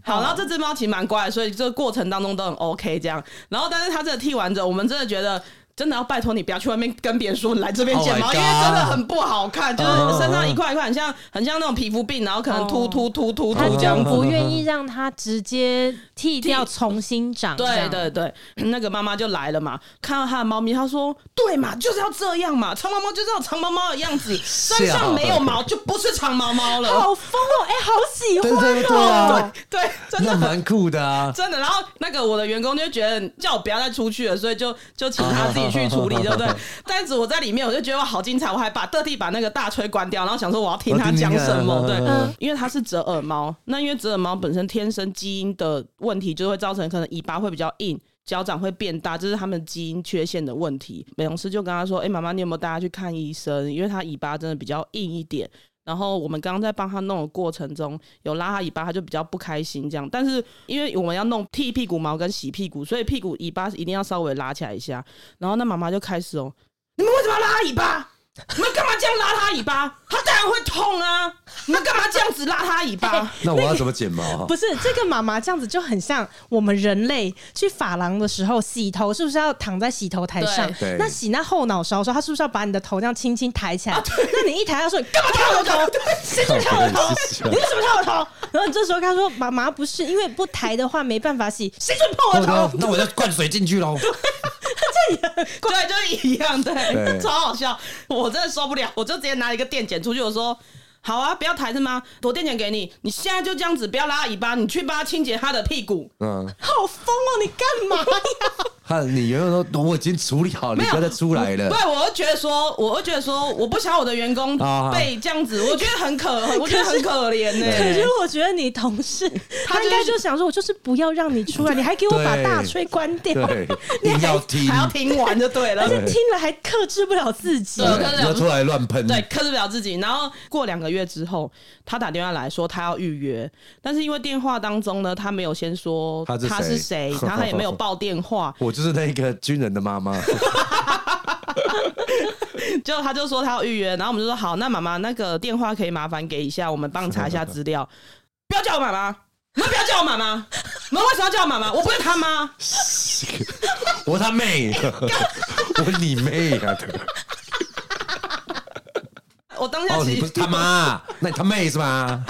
[SPEAKER 3] 好，然后这只猫其实蛮乖的，所以这个过程当中都很 OK 这样。然后，但是它这个剃完之后，我们真的觉得。真的要拜托你不要去外面跟别人说你来这边剪毛
[SPEAKER 2] Oh my
[SPEAKER 3] 因为真的
[SPEAKER 2] God
[SPEAKER 3] 很不好看，就是
[SPEAKER 2] 嗯
[SPEAKER 3] 身上一块一块，很像很像那种皮肤病，然后可能
[SPEAKER 1] 哦
[SPEAKER 3] 秃秃秃秃
[SPEAKER 1] 他
[SPEAKER 3] 秃这
[SPEAKER 1] 就
[SPEAKER 3] 样子。
[SPEAKER 1] 不愿意让它直接剃掉，重新长。这
[SPEAKER 3] 对
[SPEAKER 1] 样
[SPEAKER 3] 对对，那个妈妈就来了嘛，看到他的猫咪，她说：“对嘛，就是要这样嘛，长毛猫就是要长毛猫的样子，身上没有毛就不是长毛猫了。
[SPEAKER 1] 好疯哦！哎、好喜
[SPEAKER 2] 对对对
[SPEAKER 1] 欢
[SPEAKER 2] 啊
[SPEAKER 1] 哦！”
[SPEAKER 3] 对，真
[SPEAKER 2] 那
[SPEAKER 3] 的很
[SPEAKER 2] 蛮酷的啊。
[SPEAKER 3] 真的，然后那个我的员工就觉得叫我不要再出去了，所以就就请他自己去处
[SPEAKER 2] 哦
[SPEAKER 3] 理，对不对？但是我在里面，我就觉得我好精彩，我还把特地把那个大吹关掉，然后想说我要听他讲什么，
[SPEAKER 2] 我听
[SPEAKER 3] 对
[SPEAKER 2] 听看，
[SPEAKER 1] 嗯
[SPEAKER 3] 因为它是折耳猫，那因为折耳猫本身天生基因的问题，就会造成可能尾巴会比较硬。脚掌会变大，这是他们基因缺陷的问题。美容师就跟他说：“哎、妈妈，你有没有带他去看医生？因为他尾巴真的比较硬一点。”然后我们刚刚在帮他弄的过程中，有拉他尾巴，他就比较不开心这样。但是因为我们要弄剃屁股毛跟洗屁股，所以屁股尾巴一定要稍微拉起来一下。然后那妈妈就开始哦，你们为什么要拉他尾巴？你们干嘛这样拉他尾巴？他当然会痛啊！你们干嘛这样子拉他尾巴？
[SPEAKER 2] 那我要怎么剪毛啊？
[SPEAKER 1] 不是这个妈妈这样子就很像我们人类去发廊的时候洗头，是不是要躺在洗头台上
[SPEAKER 2] 对对？
[SPEAKER 1] 那洗那后脑勺的时候，他是不是要把你的头这样轻轻抬起来？
[SPEAKER 2] 啊
[SPEAKER 1] 那你一抬，他说你干嘛抬我的头？谁准抬我的头？ 你为什么抬我的头？然后你这时候跟他说妈妈不是，因为不抬的话没办法洗，谁准碰我的头？
[SPEAKER 2] 那我就灌水进去喽。
[SPEAKER 3] 对，就是一样，对，
[SPEAKER 2] 对
[SPEAKER 3] 超好笑，我真的受不了，我就直接拿一个电剪出去，我说。好啊，不要抬是吗？我电剪给你，你现在就这样子，不要拉尾巴，你去帮他清洁他的屁股。
[SPEAKER 2] 嗯，
[SPEAKER 1] 好疯哦！你干嘛呀？
[SPEAKER 2] 他你原本说我已经处理好，你
[SPEAKER 3] 没有
[SPEAKER 2] 不要再出来了
[SPEAKER 3] 对，。我会觉得说，我会觉得说，我不想我的员工
[SPEAKER 2] 啊
[SPEAKER 3] 被这样子，我觉得很可，我觉得很可怜呢、
[SPEAKER 1] 可是我觉得你同事他
[SPEAKER 3] 他就是
[SPEAKER 1] 应该就想说，我就是不要让你出来，你还给我把
[SPEAKER 2] 对
[SPEAKER 1] 大吹关掉，
[SPEAKER 2] 对，
[SPEAKER 1] 你
[SPEAKER 2] 硬
[SPEAKER 1] 还
[SPEAKER 2] 要听，
[SPEAKER 3] 还要听完就对了
[SPEAKER 1] 而。且听了还克制不了自己
[SPEAKER 3] 对。我
[SPEAKER 2] 对
[SPEAKER 3] 跟你
[SPEAKER 2] 不要
[SPEAKER 3] 讲
[SPEAKER 2] 出来乱喷。
[SPEAKER 3] 对，克制不了自己。然后过两个月之后，他打电话来说他要预约，但是因为电话当中呢，他没有先说
[SPEAKER 2] 他是谁，
[SPEAKER 3] 是谁，然后他也没有报电话
[SPEAKER 2] 我就是那个军人的妈妈，
[SPEAKER 3] 就他就说他要预约，然后我们就说好，那妈妈那个电话可以麻烦给一下，我们帮你查一下资料。不要叫我妈妈，你们不要叫我妈妈，你们为什么要叫我妈妈？我不是他妈。
[SPEAKER 2] 我他 妹，我你妹啊！
[SPEAKER 3] 我当下
[SPEAKER 2] 哦，
[SPEAKER 3] 其
[SPEAKER 2] 你
[SPEAKER 3] 实、
[SPEAKER 2] 不是他妈，那你他妹是 吧？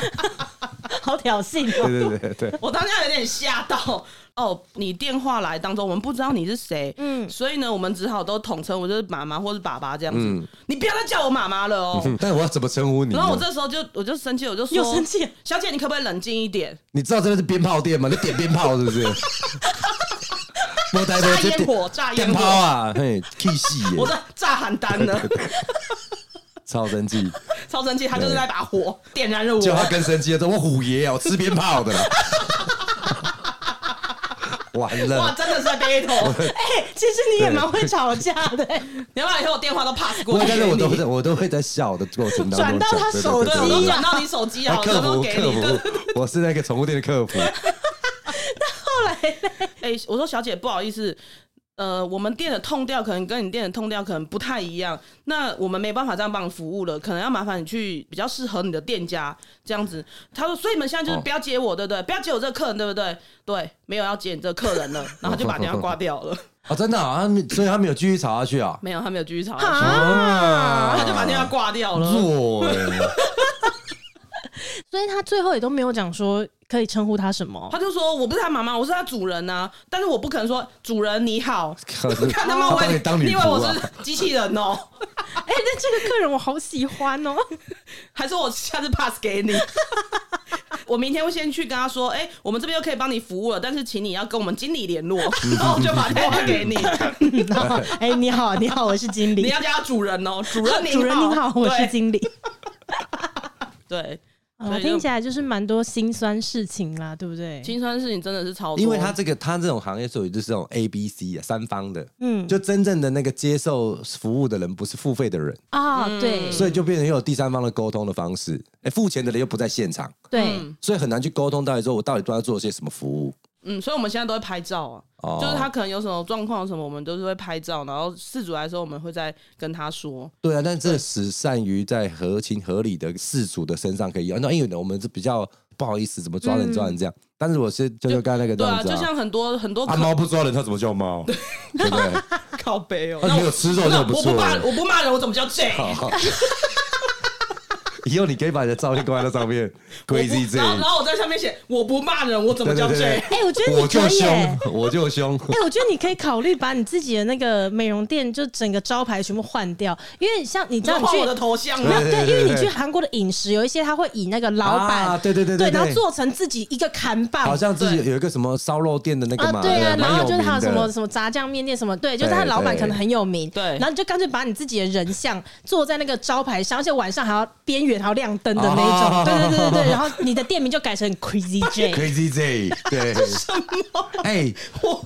[SPEAKER 1] 好挑衅哦！
[SPEAKER 2] 对对对对，
[SPEAKER 3] 我当下有点吓到。哦，你电话来当中，我们不知道你是谁，嗯，所以呢，我们只好都统称我就是妈妈或是爸爸这样子。你不要再叫我妈妈了哦。
[SPEAKER 2] 嗯但我要怎么称呼你呢？
[SPEAKER 3] 然后我这时候就我就生气，我就说，
[SPEAKER 1] 又生气了
[SPEAKER 3] 小姐，你可不可以冷静一点？
[SPEAKER 2] 你知道这边是鞭炮店吗？你点鞭炮是 不是？我台
[SPEAKER 3] 炸烟火，炸
[SPEAKER 2] 电
[SPEAKER 3] 烟
[SPEAKER 2] 炮
[SPEAKER 3] 火，
[SPEAKER 2] 啊， 嘿，K 戏耶
[SPEAKER 3] 我，在炸邯郸呢，
[SPEAKER 2] 超生气，
[SPEAKER 3] 超生气，他就是那把火点燃了
[SPEAKER 2] 就他
[SPEAKER 3] 我。
[SPEAKER 2] 更生气了，说我虎爷啊，我吃鞭炮 的啦，完
[SPEAKER 3] 哇，
[SPEAKER 2] 了，
[SPEAKER 3] 真的是在 battle！
[SPEAKER 1] 哎、其实你也蛮会吵架的、 哎
[SPEAKER 3] 你要不要以后我电话都 pass 过
[SPEAKER 2] 我
[SPEAKER 3] 去
[SPEAKER 2] 但
[SPEAKER 3] 给
[SPEAKER 2] 是
[SPEAKER 3] 你？
[SPEAKER 2] 我都会在，我都会在笑的过程当中
[SPEAKER 1] 转到他
[SPEAKER 2] 讲
[SPEAKER 1] 手
[SPEAKER 2] 对对
[SPEAKER 3] 对，我
[SPEAKER 2] 对
[SPEAKER 3] 都
[SPEAKER 1] 机
[SPEAKER 3] 转到你手机
[SPEAKER 2] 来
[SPEAKER 3] 啊， 我
[SPEAKER 2] 客
[SPEAKER 3] 都
[SPEAKER 2] 服
[SPEAKER 3] 都给
[SPEAKER 2] 客
[SPEAKER 3] 你。对
[SPEAKER 2] 服，我是那个宠物店的客服，
[SPEAKER 3] 哎、我说小姐，不好意思，呃，我们店的痛调可能跟你店的痛调可能不太一样，那我们没办法这样帮你服务了，可能要麻烦你去比较适合你的店家这样子。他说，所以你们现在就是
[SPEAKER 2] 哦
[SPEAKER 3] 不要接我，对不对？不要接我这个客人，对不对？对，没有要接你这个客人了，然后就把电话挂掉 了。
[SPEAKER 2] 哦，真的啊，他所以他没有继续吵下去啊，
[SPEAKER 3] 没有，他没有继续吵下去，
[SPEAKER 1] 啊！
[SPEAKER 3] 他就把电话挂掉了。
[SPEAKER 2] 弱哎，
[SPEAKER 1] 所以他最后也都没有讲说可以称呼他什么
[SPEAKER 3] 他。就说：“我不是他妈妈，我是他主人呐、但是我不可能说主人你好， 看他妈
[SPEAKER 2] 他
[SPEAKER 3] 我
[SPEAKER 2] 把
[SPEAKER 3] 也
[SPEAKER 2] 你当女
[SPEAKER 3] 你以
[SPEAKER 2] 仆
[SPEAKER 3] 为我
[SPEAKER 2] 啊，
[SPEAKER 3] 是机器人哦、
[SPEAKER 1] 哎、那这个客人我好喜欢 哦。
[SPEAKER 3] 还是我下次 pass 给你。 我明天会先去跟他说，哎、我们这边又可以帮你服务了，但是请你要跟我们经理联络，
[SPEAKER 2] 嗯
[SPEAKER 3] 然后我就把电话给你。
[SPEAKER 1] 然后 哎、你好，你好，我是经
[SPEAKER 3] 你
[SPEAKER 1] 理。
[SPEAKER 3] 要叫他主 人哦，主人您好，
[SPEAKER 1] 主人您好，我是经 理。
[SPEAKER 3] 对对，
[SPEAKER 1] 啊，听起来就是蛮多心酸事情啦，对不对？
[SPEAKER 3] 青春事情真的是超多，
[SPEAKER 2] 因为他这个他这种行业属于就是这种 A B C 啊三方的，
[SPEAKER 1] 嗯
[SPEAKER 2] 就真正的那个接受服务的人不是付费的人，
[SPEAKER 1] 啊，
[SPEAKER 3] 嗯
[SPEAKER 1] 对
[SPEAKER 2] 所以就变成又有第三方的沟通的方式，哎，付钱的人又不在现场，
[SPEAKER 1] 对，
[SPEAKER 2] 所以很难去沟通到底说我到底都要做些什么服务。
[SPEAKER 3] 嗯，所以我们现在都会拍照啊，
[SPEAKER 2] 哦
[SPEAKER 3] 就是他可能有什么状况什么，我们都是会拍照，然后事主来的时候，我们会再跟他说。
[SPEAKER 2] 对啊，但这只善于在合情合理的事主的身上可以用，那因为我们是比较不好意思，怎么抓人抓人这样？但是我是就是刚才那个
[SPEAKER 3] 对
[SPEAKER 2] 段
[SPEAKER 3] 啊，
[SPEAKER 2] 子
[SPEAKER 3] 嗯就像很多很多
[SPEAKER 2] 啊，
[SPEAKER 3] 客
[SPEAKER 2] 猫不抓人，它怎么叫猫？对不对？
[SPEAKER 3] 靠背哦。
[SPEAKER 2] 啊，没有吃肉
[SPEAKER 3] 那
[SPEAKER 2] 就
[SPEAKER 3] 我
[SPEAKER 2] 不
[SPEAKER 3] 不
[SPEAKER 2] 错
[SPEAKER 3] 骂
[SPEAKER 2] 了。
[SPEAKER 3] 我不骂人，我怎么叫 J？
[SPEAKER 2] 好好 以后你可以把你的照片挂在上面
[SPEAKER 3] 我
[SPEAKER 2] ，Crazy
[SPEAKER 3] 不然后
[SPEAKER 2] J，
[SPEAKER 3] 然后我在上面写我不骂人，我怎么叫
[SPEAKER 2] 对对对
[SPEAKER 3] J？
[SPEAKER 1] 哎、我觉得
[SPEAKER 2] 我
[SPEAKER 1] 你
[SPEAKER 2] 就
[SPEAKER 1] 可以、欸
[SPEAKER 2] 凶。，我就凶。
[SPEAKER 1] 哎、我觉得你可以考虑把你自己的那个美容店就整个招牌全部换掉，因为像你知道
[SPEAKER 3] 就
[SPEAKER 1] 你去
[SPEAKER 3] 换我的头像
[SPEAKER 1] 没有？
[SPEAKER 3] 吗
[SPEAKER 2] 对
[SPEAKER 1] 对，
[SPEAKER 2] 对
[SPEAKER 1] 因为
[SPEAKER 2] 对
[SPEAKER 1] 你去韩国的饮食有一些他会以那个老板、
[SPEAKER 2] 啊对对对对
[SPEAKER 1] 然后
[SPEAKER 2] 对
[SPEAKER 1] 做成自己一个看板，
[SPEAKER 2] 好像自己有一个什么烧肉店的那个
[SPEAKER 1] 啊
[SPEAKER 2] 嘛，
[SPEAKER 1] 对啊，然
[SPEAKER 2] 不蛮
[SPEAKER 1] 后
[SPEAKER 2] 有
[SPEAKER 1] 就是
[SPEAKER 2] 名
[SPEAKER 1] 还有什
[SPEAKER 2] 的。
[SPEAKER 1] 么什么炸酱面店什么，对，就是他的
[SPEAKER 2] 对
[SPEAKER 1] 老板
[SPEAKER 2] 对
[SPEAKER 1] 可能很有名，
[SPEAKER 3] 对
[SPEAKER 1] 然后你就干脆把你自己的人像做在那个招牌上，而且晚上还要边缘还要亮灯的那一
[SPEAKER 2] 哦
[SPEAKER 1] 种，对对对对对，然后你的店名就改成 Crazy J，
[SPEAKER 2] Crazy J，对， 哎，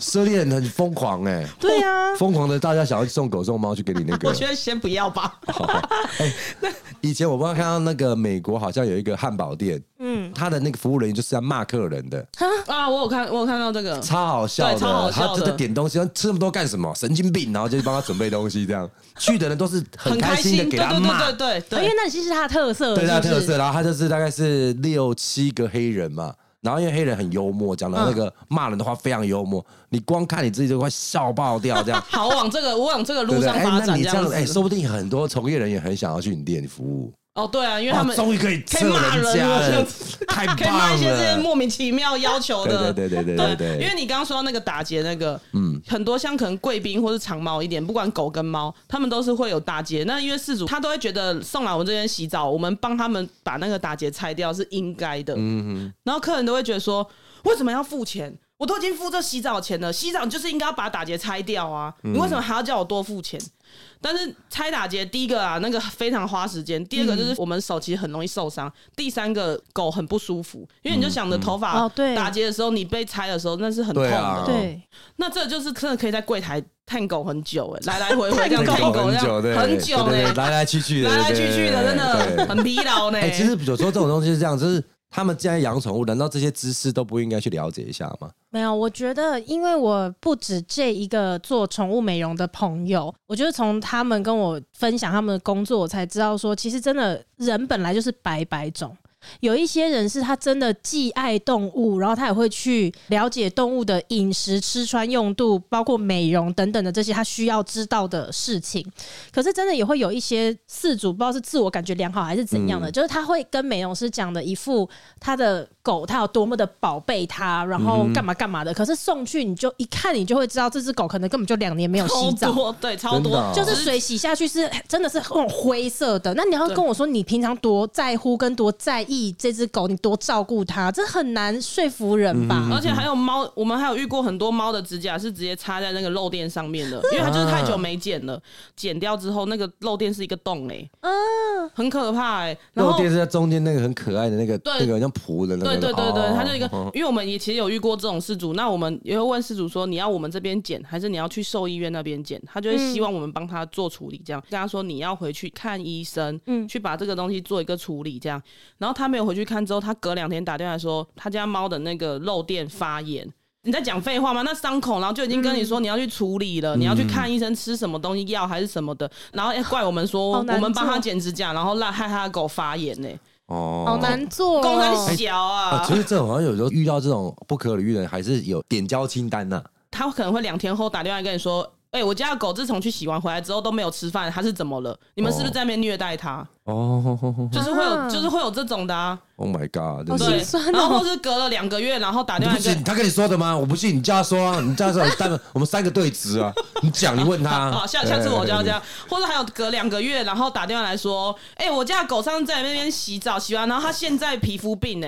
[SPEAKER 2] 收敛很疯狂哎，
[SPEAKER 1] 对啊，
[SPEAKER 2] 疯狂的大家想要送狗送猫去给你那个
[SPEAKER 3] 我。觉得先不要吧。
[SPEAKER 2] 以前我不知道看到那个美国好像有一个汉堡店，嗯，他的那个服务人员就是在骂客人的，
[SPEAKER 3] 啊，我有看，我有看到这个，
[SPEAKER 2] 超好笑的，
[SPEAKER 3] 对超好笑的
[SPEAKER 2] 他就在点东西，吃那么多干什么？神经病！然后就帮他准备东西，这 样去的人都是很
[SPEAKER 3] 很
[SPEAKER 2] 开心的
[SPEAKER 3] 心，
[SPEAKER 2] 给
[SPEAKER 3] 对
[SPEAKER 2] 他
[SPEAKER 3] 对
[SPEAKER 2] 骂，
[SPEAKER 3] 对对
[SPEAKER 1] 哦因
[SPEAKER 3] 对。
[SPEAKER 1] 为那已经是他的特色了，
[SPEAKER 2] 对他
[SPEAKER 1] 是
[SPEAKER 2] 的
[SPEAKER 1] 不是
[SPEAKER 2] 特色。然后他就是大概是六七个黑人嘛，然后因为黑人很幽默，讲到那个骂人的话非常幽默，你光看你自己就快笑爆掉，这样
[SPEAKER 3] 好往这个我往这个
[SPEAKER 2] 对
[SPEAKER 3] 路
[SPEAKER 2] 不对？
[SPEAKER 3] 上发
[SPEAKER 2] 那
[SPEAKER 3] 展
[SPEAKER 2] 你
[SPEAKER 3] 这
[SPEAKER 2] 这样，哎，
[SPEAKER 3] 样子。
[SPEAKER 2] 说不定很多从业人员很想要去你店里服务，
[SPEAKER 3] 哦，对啊，因为
[SPEAKER 2] 哇
[SPEAKER 3] 他们
[SPEAKER 2] 终 于可以
[SPEAKER 3] 可以
[SPEAKER 2] 测
[SPEAKER 3] 骂人
[SPEAKER 2] 家
[SPEAKER 3] 了这
[SPEAKER 2] 了
[SPEAKER 3] 样， 子
[SPEAKER 2] 太
[SPEAKER 3] 可以骂一
[SPEAKER 2] 棒
[SPEAKER 3] 些这些
[SPEAKER 2] 了！
[SPEAKER 3] 莫名其妙要求的，
[SPEAKER 2] 对对对对对对对
[SPEAKER 3] 因为你刚刚说到那个打结那个，嗯，很多像可能贵宾或是长毛一点，不管狗跟猫，他们都是会有打结。那因为饲主他都会觉得送来我们这边洗澡，我们帮他们把那个打结拆掉是应该的，嗯然后客人都会觉得说，为什么要付钱？我都已经付这洗澡钱了，洗澡你就是应该要把打结拆掉啊！
[SPEAKER 2] 嗯
[SPEAKER 3] 你为什么还要叫我多付钱？但是拆打结，第一个啊，那个非常花时间；第二个
[SPEAKER 2] 嗯
[SPEAKER 3] 就是我们手其实很容易受伤；第三个狗很不舒服，因为你就想着头
[SPEAKER 1] 嗯
[SPEAKER 3] 发
[SPEAKER 1] 哦对
[SPEAKER 3] 打结的时候，你被拆的时候那是很痛
[SPEAKER 2] 对
[SPEAKER 3] 的。
[SPEAKER 2] 啊
[SPEAKER 1] 对，
[SPEAKER 3] 那这就是真的可以在柜台探狗很久哎、来来回回这样
[SPEAKER 2] 那
[SPEAKER 3] 探
[SPEAKER 2] 个
[SPEAKER 3] 狗
[SPEAKER 2] 很
[SPEAKER 3] 这
[SPEAKER 2] 久，对，
[SPEAKER 3] 样很久
[SPEAKER 2] 对对
[SPEAKER 3] 哎、
[SPEAKER 2] 对来来去去的，
[SPEAKER 3] 来来
[SPEAKER 2] 对
[SPEAKER 3] 去去的，
[SPEAKER 2] 对
[SPEAKER 3] 真。
[SPEAKER 2] 对
[SPEAKER 3] 的
[SPEAKER 2] 对
[SPEAKER 3] 很疲劳呢、
[SPEAKER 2] 哎，其实有时候这种东西是这样，就是他们既然养宠物，难道这些知识都不应该去了解一下吗？
[SPEAKER 1] 没有，我觉得，因为我不止这一个做宠物美容的朋友，我觉得从他们跟我分享他们的工作，我才知道说，其实真的人本来就是百百种。有一些人是他真的既爱动物，然后他也会去了解动物的饮食、吃穿用度，包括美容等等的这些他需要知道的事情。可是真的也会有一些饲主，不知道是自我感觉良好还是怎样
[SPEAKER 3] 嗯
[SPEAKER 1] 的，就是他会跟美容师讲的一副他的狗他有多么的宝贝它，然
[SPEAKER 3] 嗯
[SPEAKER 1] 后干嘛干嘛的。可是送去你就一看你就会知道，这只狗可能根本就两年没有洗
[SPEAKER 3] 超
[SPEAKER 1] 澡。
[SPEAKER 3] 多对超
[SPEAKER 2] 真的哦
[SPEAKER 3] 多，
[SPEAKER 1] 就是水洗下去是真的是那种灰色的，那你要
[SPEAKER 3] 对
[SPEAKER 1] 跟我说你平常多在乎跟多在意这只狗，你多照顾它，这很难说服人吧？
[SPEAKER 2] 嗯
[SPEAKER 3] 而且还有猫，我们还有遇过很多猫的指甲是直接插在那个肉垫上面的，因为它就是太久没剪了，剪掉之后那个肉垫是一个洞哎、嗯，很可怕哎、然
[SPEAKER 2] 肉
[SPEAKER 3] 后
[SPEAKER 2] 垫是在中间那个很可爱的那个，
[SPEAKER 3] 对
[SPEAKER 2] 那个像仆的那个，
[SPEAKER 3] 对对对对，
[SPEAKER 2] 哦
[SPEAKER 3] 它就一个，因为我们也其实有遇过这种事主，那我们也会问事主说，你要我们这边剪，还是你要去兽医院那边剪？他就会希望我们帮他做处理，这样跟他说你要回去看医生，嗯，去把这个东西做一个处理，这样。然后他没有回去看之后，他隔两天打电话说他家猫的那个肉垫发炎。你在讲废话吗？那伤口，然后就已经跟你说你要去处理了，你要去看医生，吃什么东西药还是什么的，然后要怪我们说
[SPEAKER 1] 好
[SPEAKER 3] 我
[SPEAKER 1] 难
[SPEAKER 3] 们帮他
[SPEAKER 1] 做
[SPEAKER 3] 剪指甲，然后让害他的狗发炎呢、
[SPEAKER 2] 哦
[SPEAKER 1] 好难做、
[SPEAKER 3] 公
[SPEAKER 1] 哦
[SPEAKER 3] 很。小啊
[SPEAKER 2] 啊，其实这种好像有时候遇到这种不可理喻的人，还是有点交清单呐。
[SPEAKER 3] 他可能会两天后打电话跟你说：“哎、我家的狗自从去洗完回来之后都没有吃饭，它是怎么了？你们是不是在那边虐待它？
[SPEAKER 2] 哦
[SPEAKER 3] 就是会有，
[SPEAKER 1] 啊
[SPEAKER 3] 就是会有这种的啊。
[SPEAKER 2] ，Oh my God，
[SPEAKER 1] 好
[SPEAKER 2] 真的
[SPEAKER 1] 心
[SPEAKER 3] 对
[SPEAKER 1] 酸哦，
[SPEAKER 3] 然后或是隔了两个月，然后打
[SPEAKER 2] 你
[SPEAKER 3] 电话
[SPEAKER 2] 不
[SPEAKER 3] 跟
[SPEAKER 2] 信他跟你说的吗？我不信，你叫他说啊，你叫他说，但我们三个对质啊，你讲，你问他。
[SPEAKER 3] 啊，下下次我就要这样，或者还有隔两个月，然后打电话来说，哎、我家的狗上次在那边洗澡，洗完，然后它现在皮肤病呢、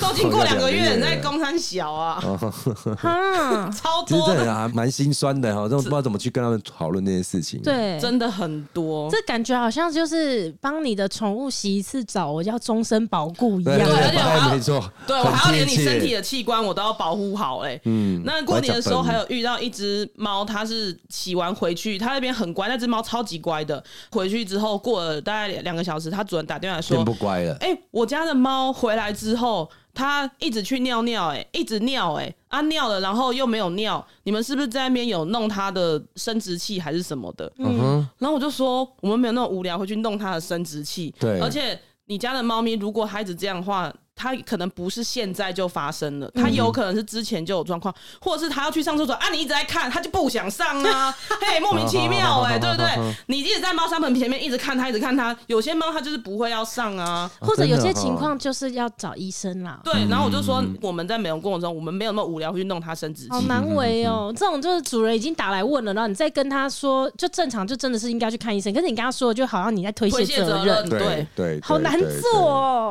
[SPEAKER 3] 都已经过两个
[SPEAKER 2] 哦
[SPEAKER 3] 月，你在公山小啊，
[SPEAKER 2] 哎
[SPEAKER 1] 哈，
[SPEAKER 3] 超
[SPEAKER 2] 其实
[SPEAKER 3] 多
[SPEAKER 2] 这
[SPEAKER 3] 的，
[SPEAKER 2] 人啊，蛮心酸的哈，这种不知道怎么去跟他们讨论这件事情。，
[SPEAKER 1] 对，
[SPEAKER 3] 真的哦很多。
[SPEAKER 1] 这感觉好像就是帮你的宠物洗一次澡，我要终身保固一
[SPEAKER 2] 对
[SPEAKER 1] 样。
[SPEAKER 3] 而且我还要
[SPEAKER 2] 没错，
[SPEAKER 3] 对我还要连
[SPEAKER 2] 很
[SPEAKER 3] 你
[SPEAKER 2] 贴切
[SPEAKER 3] 身体的器官我都要保护好哎、嗯，那过年的时候还有遇到一只猫，它是洗完回去，它那边很乖，那只猫超级乖的。回去之后过了大概两个小时，它主人打电话来说
[SPEAKER 2] 变不乖了：“。
[SPEAKER 3] 哎、我家的猫回来之后，它一直去尿尿、哎，一直尿、哎，啊尿了，然后又没有尿，你们是不是在那边有弄它的生殖器还是什么的？”
[SPEAKER 2] 嗯哼，
[SPEAKER 3] 然后我就说，我们没有那么无聊会去弄它的生殖器，
[SPEAKER 2] 对
[SPEAKER 3] 而且你家的猫咪如果它一直这样的话，他可能不是现在就发生了，他有可能是之前就有状况，或者是他要去上厕所啊，你一直在看，他就不想上啊，嘿，莫名其妙哎、对不对？你一直在猫砂盆前面一直看他，一直看他，有些猫它就是不会要上啊。
[SPEAKER 1] 或者有些
[SPEAKER 2] 真的哦
[SPEAKER 1] 情况就是要找医生啦。
[SPEAKER 3] 对，然后我就说，我们在美容过程中，我们没有那么无聊去弄它生殖
[SPEAKER 1] 好
[SPEAKER 3] 器。
[SPEAKER 2] 嗯
[SPEAKER 1] 难为哦、这种就是主人已经打来问了，然后你再跟他说，就正常，就真的是应该去看医生。可是你跟他说，就好像你在推卸
[SPEAKER 3] 推卸责
[SPEAKER 1] 任，
[SPEAKER 3] 任
[SPEAKER 2] 对
[SPEAKER 3] 对
[SPEAKER 2] 对对，
[SPEAKER 1] 好难做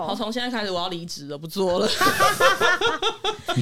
[SPEAKER 3] 好，
[SPEAKER 1] 哦、
[SPEAKER 3] 从现在开始我要离职了，不做了。
[SPEAKER 2] 对，对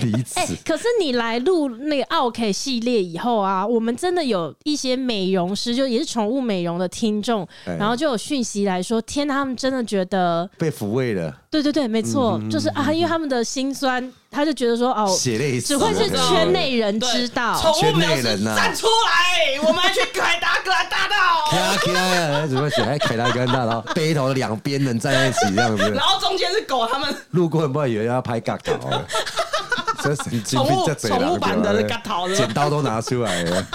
[SPEAKER 2] 离
[SPEAKER 1] 哎、
[SPEAKER 2] 子
[SPEAKER 1] 可是你来录那个 OK 系列以后啊，我们真的有一些美容师，就也是宠物美容的听众，
[SPEAKER 2] 哎
[SPEAKER 1] 然后就有讯息来说，天哪，他们真的觉得，
[SPEAKER 2] 被抚慰了，
[SPEAKER 1] 对对对，没错，就是啊，因为他们的心酸，他就觉得说，哦，
[SPEAKER 2] 嗯血泪史
[SPEAKER 1] 只会是
[SPEAKER 2] 对
[SPEAKER 1] 圈内人
[SPEAKER 3] 对
[SPEAKER 1] 知道，
[SPEAKER 3] 宠物
[SPEAKER 2] 圈
[SPEAKER 3] 没有
[SPEAKER 2] 内
[SPEAKER 3] 事
[SPEAKER 2] 人，呐
[SPEAKER 3] 站出来，我们要去凯达格兰大道。
[SPEAKER 2] 开 啊开啊，怎么写？还凯达格兰大道，背头的两边人站在一起这样子
[SPEAKER 3] 然，后中间是狗，他们
[SPEAKER 2] 路过人不知道以为要拍嘎嘎哦，这神经
[SPEAKER 3] 宠
[SPEAKER 2] 病
[SPEAKER 3] 物，
[SPEAKER 2] 这嘴
[SPEAKER 3] 宠物版的嘎
[SPEAKER 2] 嘎
[SPEAKER 3] 桃的
[SPEAKER 2] 剪刀都拿出来了。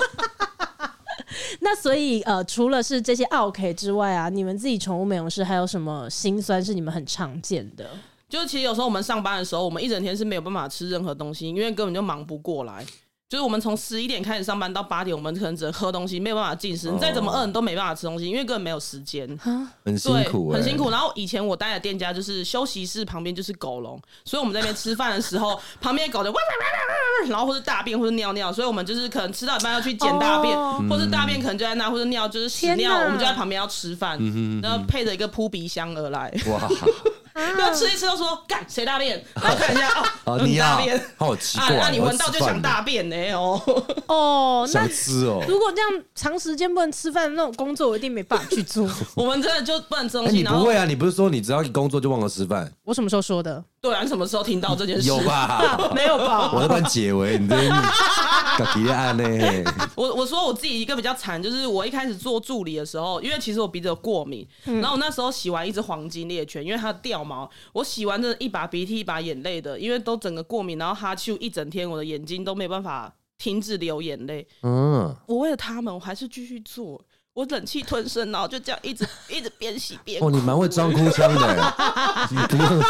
[SPEAKER 1] 那所以呃，除了是这些 OK 之外啊，你们自己宠物美容师还有什么心酸是你们很常见的？
[SPEAKER 3] 就是其实有时候我们上班的时候，我们一整天是没有办法吃任何东西，因为根本就忙不过来。就是我们从十一点开始上班到八点，我们可能只能喝东西，没有办法进食。你再怎么饿，你都没办法吃东西，因为根本没有时间。
[SPEAKER 2] 很
[SPEAKER 3] 对
[SPEAKER 2] 辛，苦、欸，
[SPEAKER 3] 很辛苦。。然后以前我待的店家就是休息室旁边就是狗笼，所以我们在那边吃饭的时 候，旁边的狗就哇哇哇哇哇，然后或者大便或者尿尿，所以我们就是可能吃到一半要去捡大便，
[SPEAKER 1] 哦
[SPEAKER 3] 或者大便可能就在那，或者尿就是屎
[SPEAKER 1] 天
[SPEAKER 3] 尿，
[SPEAKER 1] 哪
[SPEAKER 3] 我们就在旁边要吃饭，
[SPEAKER 2] 嗯
[SPEAKER 3] 然后配着一个扑鼻香而来，
[SPEAKER 2] 哎哇，啊
[SPEAKER 3] 然后吃一吃都说干谁 大便，然后看一下哦
[SPEAKER 2] 好，你
[SPEAKER 3] 大
[SPEAKER 2] 啊
[SPEAKER 3] 便。，
[SPEAKER 2] 好奇
[SPEAKER 3] 啊
[SPEAKER 2] 怪，，
[SPEAKER 3] 那你闻到
[SPEAKER 2] 我
[SPEAKER 3] 就
[SPEAKER 2] 吃饭
[SPEAKER 3] 想大便呢、哦，
[SPEAKER 1] 哦，那
[SPEAKER 2] 想吃哦。
[SPEAKER 1] 如果这样长时间不能吃饭那种工作，我一定没办法去做。
[SPEAKER 3] 我们真的就不能吃东
[SPEAKER 2] 哎，
[SPEAKER 3] 西。
[SPEAKER 2] 你
[SPEAKER 3] 然
[SPEAKER 2] 不
[SPEAKER 3] 后
[SPEAKER 2] 会啊？你不是说你只要一工作就忘了吃饭？
[SPEAKER 1] 我什么时候说的？
[SPEAKER 3] 对啊，你什么时候听到这件事？
[SPEAKER 2] 有？ 吧？
[SPEAKER 1] 没有吧？
[SPEAKER 2] 我在帮你解围，你这搞提案呢？
[SPEAKER 3] 我我说我自己一个比较惨，就是我一开始做助理的时候，因为其实我鼻子有过敏，然后我那时候洗完一只黄金猎犬，因为它掉毛，我洗完真的一把鼻涕一把眼泪的，因为都整个过敏，然后哈啾一整天，我的眼睛都没办法停止流眼泪。
[SPEAKER 2] 嗯，
[SPEAKER 3] 我为了他们，我还是继续做，我忍气吞声，然后就这样一直一直边洗边哭
[SPEAKER 2] 哦，你蛮会装哭腔的欸，你不用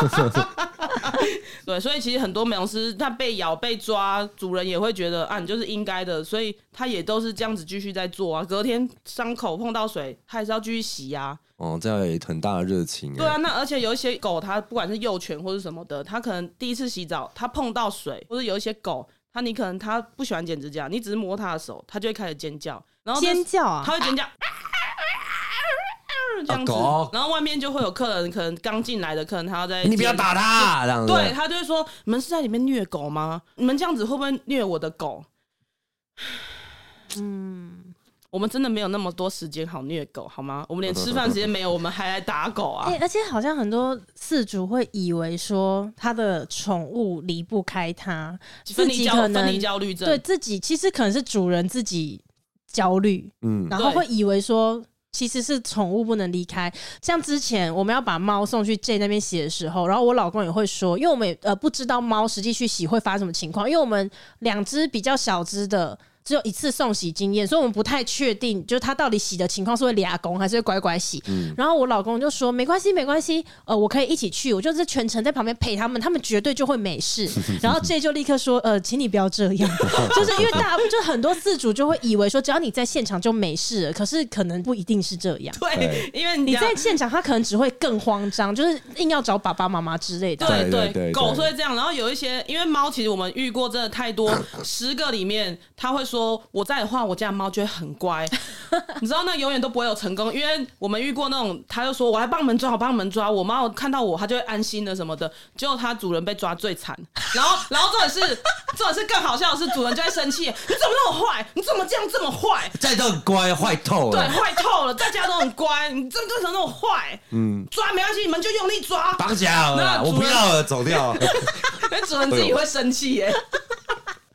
[SPEAKER 3] 对，所以其实很多美容师他被咬被抓，主人也会觉得啊，你就是应该的，所以他也都是这样子继续在做啊。隔天伤口碰到水，他还是要继续洗啊呀、
[SPEAKER 2] 哦，这样有很大的热情欸。
[SPEAKER 3] 对啊，那而且有一些狗，它不管是幼犬或是什么的，它可能第一次洗澡，它碰到水，或者有一些狗，它你可能它不喜欢剪指甲，你只是摸它的手，它就会开始尖叫，然后这
[SPEAKER 1] 尖叫啊！
[SPEAKER 3] 它会尖叫。这样子
[SPEAKER 2] 啊狗，
[SPEAKER 3] 然后外面就会有客人，可能刚进来的客人，他要在
[SPEAKER 2] 哎你不要打他，这样子。
[SPEAKER 3] 对他就会说：“你们是在里面虐狗吗？你们这样子会不会虐我的狗？”
[SPEAKER 1] 嗯，
[SPEAKER 3] 我们真的没有那么多时间好虐狗，好吗？我们连吃饭时间没有，我们还来打狗啊
[SPEAKER 1] 哎、！而且好像很多饲主会以为说他的宠物离不开他，自
[SPEAKER 3] 分离
[SPEAKER 1] 己
[SPEAKER 3] 焦
[SPEAKER 1] 可
[SPEAKER 3] 分
[SPEAKER 1] 能
[SPEAKER 3] 离焦虑症，
[SPEAKER 1] 对自己其实可能是主人自己焦虑，
[SPEAKER 2] 嗯，
[SPEAKER 1] 然后
[SPEAKER 3] 对
[SPEAKER 1] 会以为说其实是宠物不能离开。像之前我们要把猫送去 J 那边洗的时候，然后我老公也会说，因为我们也呃不知道猫实际去洗会发生什么情况，因为我们两只比较小只的。只有一次送洗经验，所以我们不太确定，就是它到底洗的情况是会俩拱还是会乖乖洗。然后我老公就说：“没关系，没关系，呃，我可以一起去，我就是全程在旁边陪他们，他们绝对就会没事。”然 后 J 就立刻说：“呃，请你不要这样。”就是因为大家就很多饲主就会以为说，只要你在现场就没事了，可是可能不一定是这样。
[SPEAKER 3] 对，啊因为
[SPEAKER 1] 你
[SPEAKER 3] 讲
[SPEAKER 1] 在现场，他可能只会更慌张，就是硬要找爸爸妈妈之类的。
[SPEAKER 3] 对
[SPEAKER 2] 对对对
[SPEAKER 3] 狗
[SPEAKER 2] 对
[SPEAKER 3] 是会这样。然后有一些，因为猫其实我们遇过真的太多，十个里面它会说我在的话，我家的猫就会很乖。你知道那永远都不会有成功，因为我们遇过那种，它就说我来帮你们抓，我帮你们抓。我猫看到我，它就会安心的什么的。结果它主人被抓最惨，然后然后重点是重点是更好笑的是，主人就会生气，你怎么那么坏？你怎么这样这么坏？
[SPEAKER 2] 再这样乖坏透
[SPEAKER 3] 对，
[SPEAKER 2] 了，
[SPEAKER 3] 坏透了，大家都很乖，你这为什么那么坏？嗯，抓没关系，你们就用力抓，
[SPEAKER 2] 绑起来好了啦，
[SPEAKER 3] 那
[SPEAKER 2] 我
[SPEAKER 3] 主
[SPEAKER 2] 不
[SPEAKER 3] 人
[SPEAKER 2] 要了，走 掉。
[SPEAKER 3] 那主人自己会生气耶、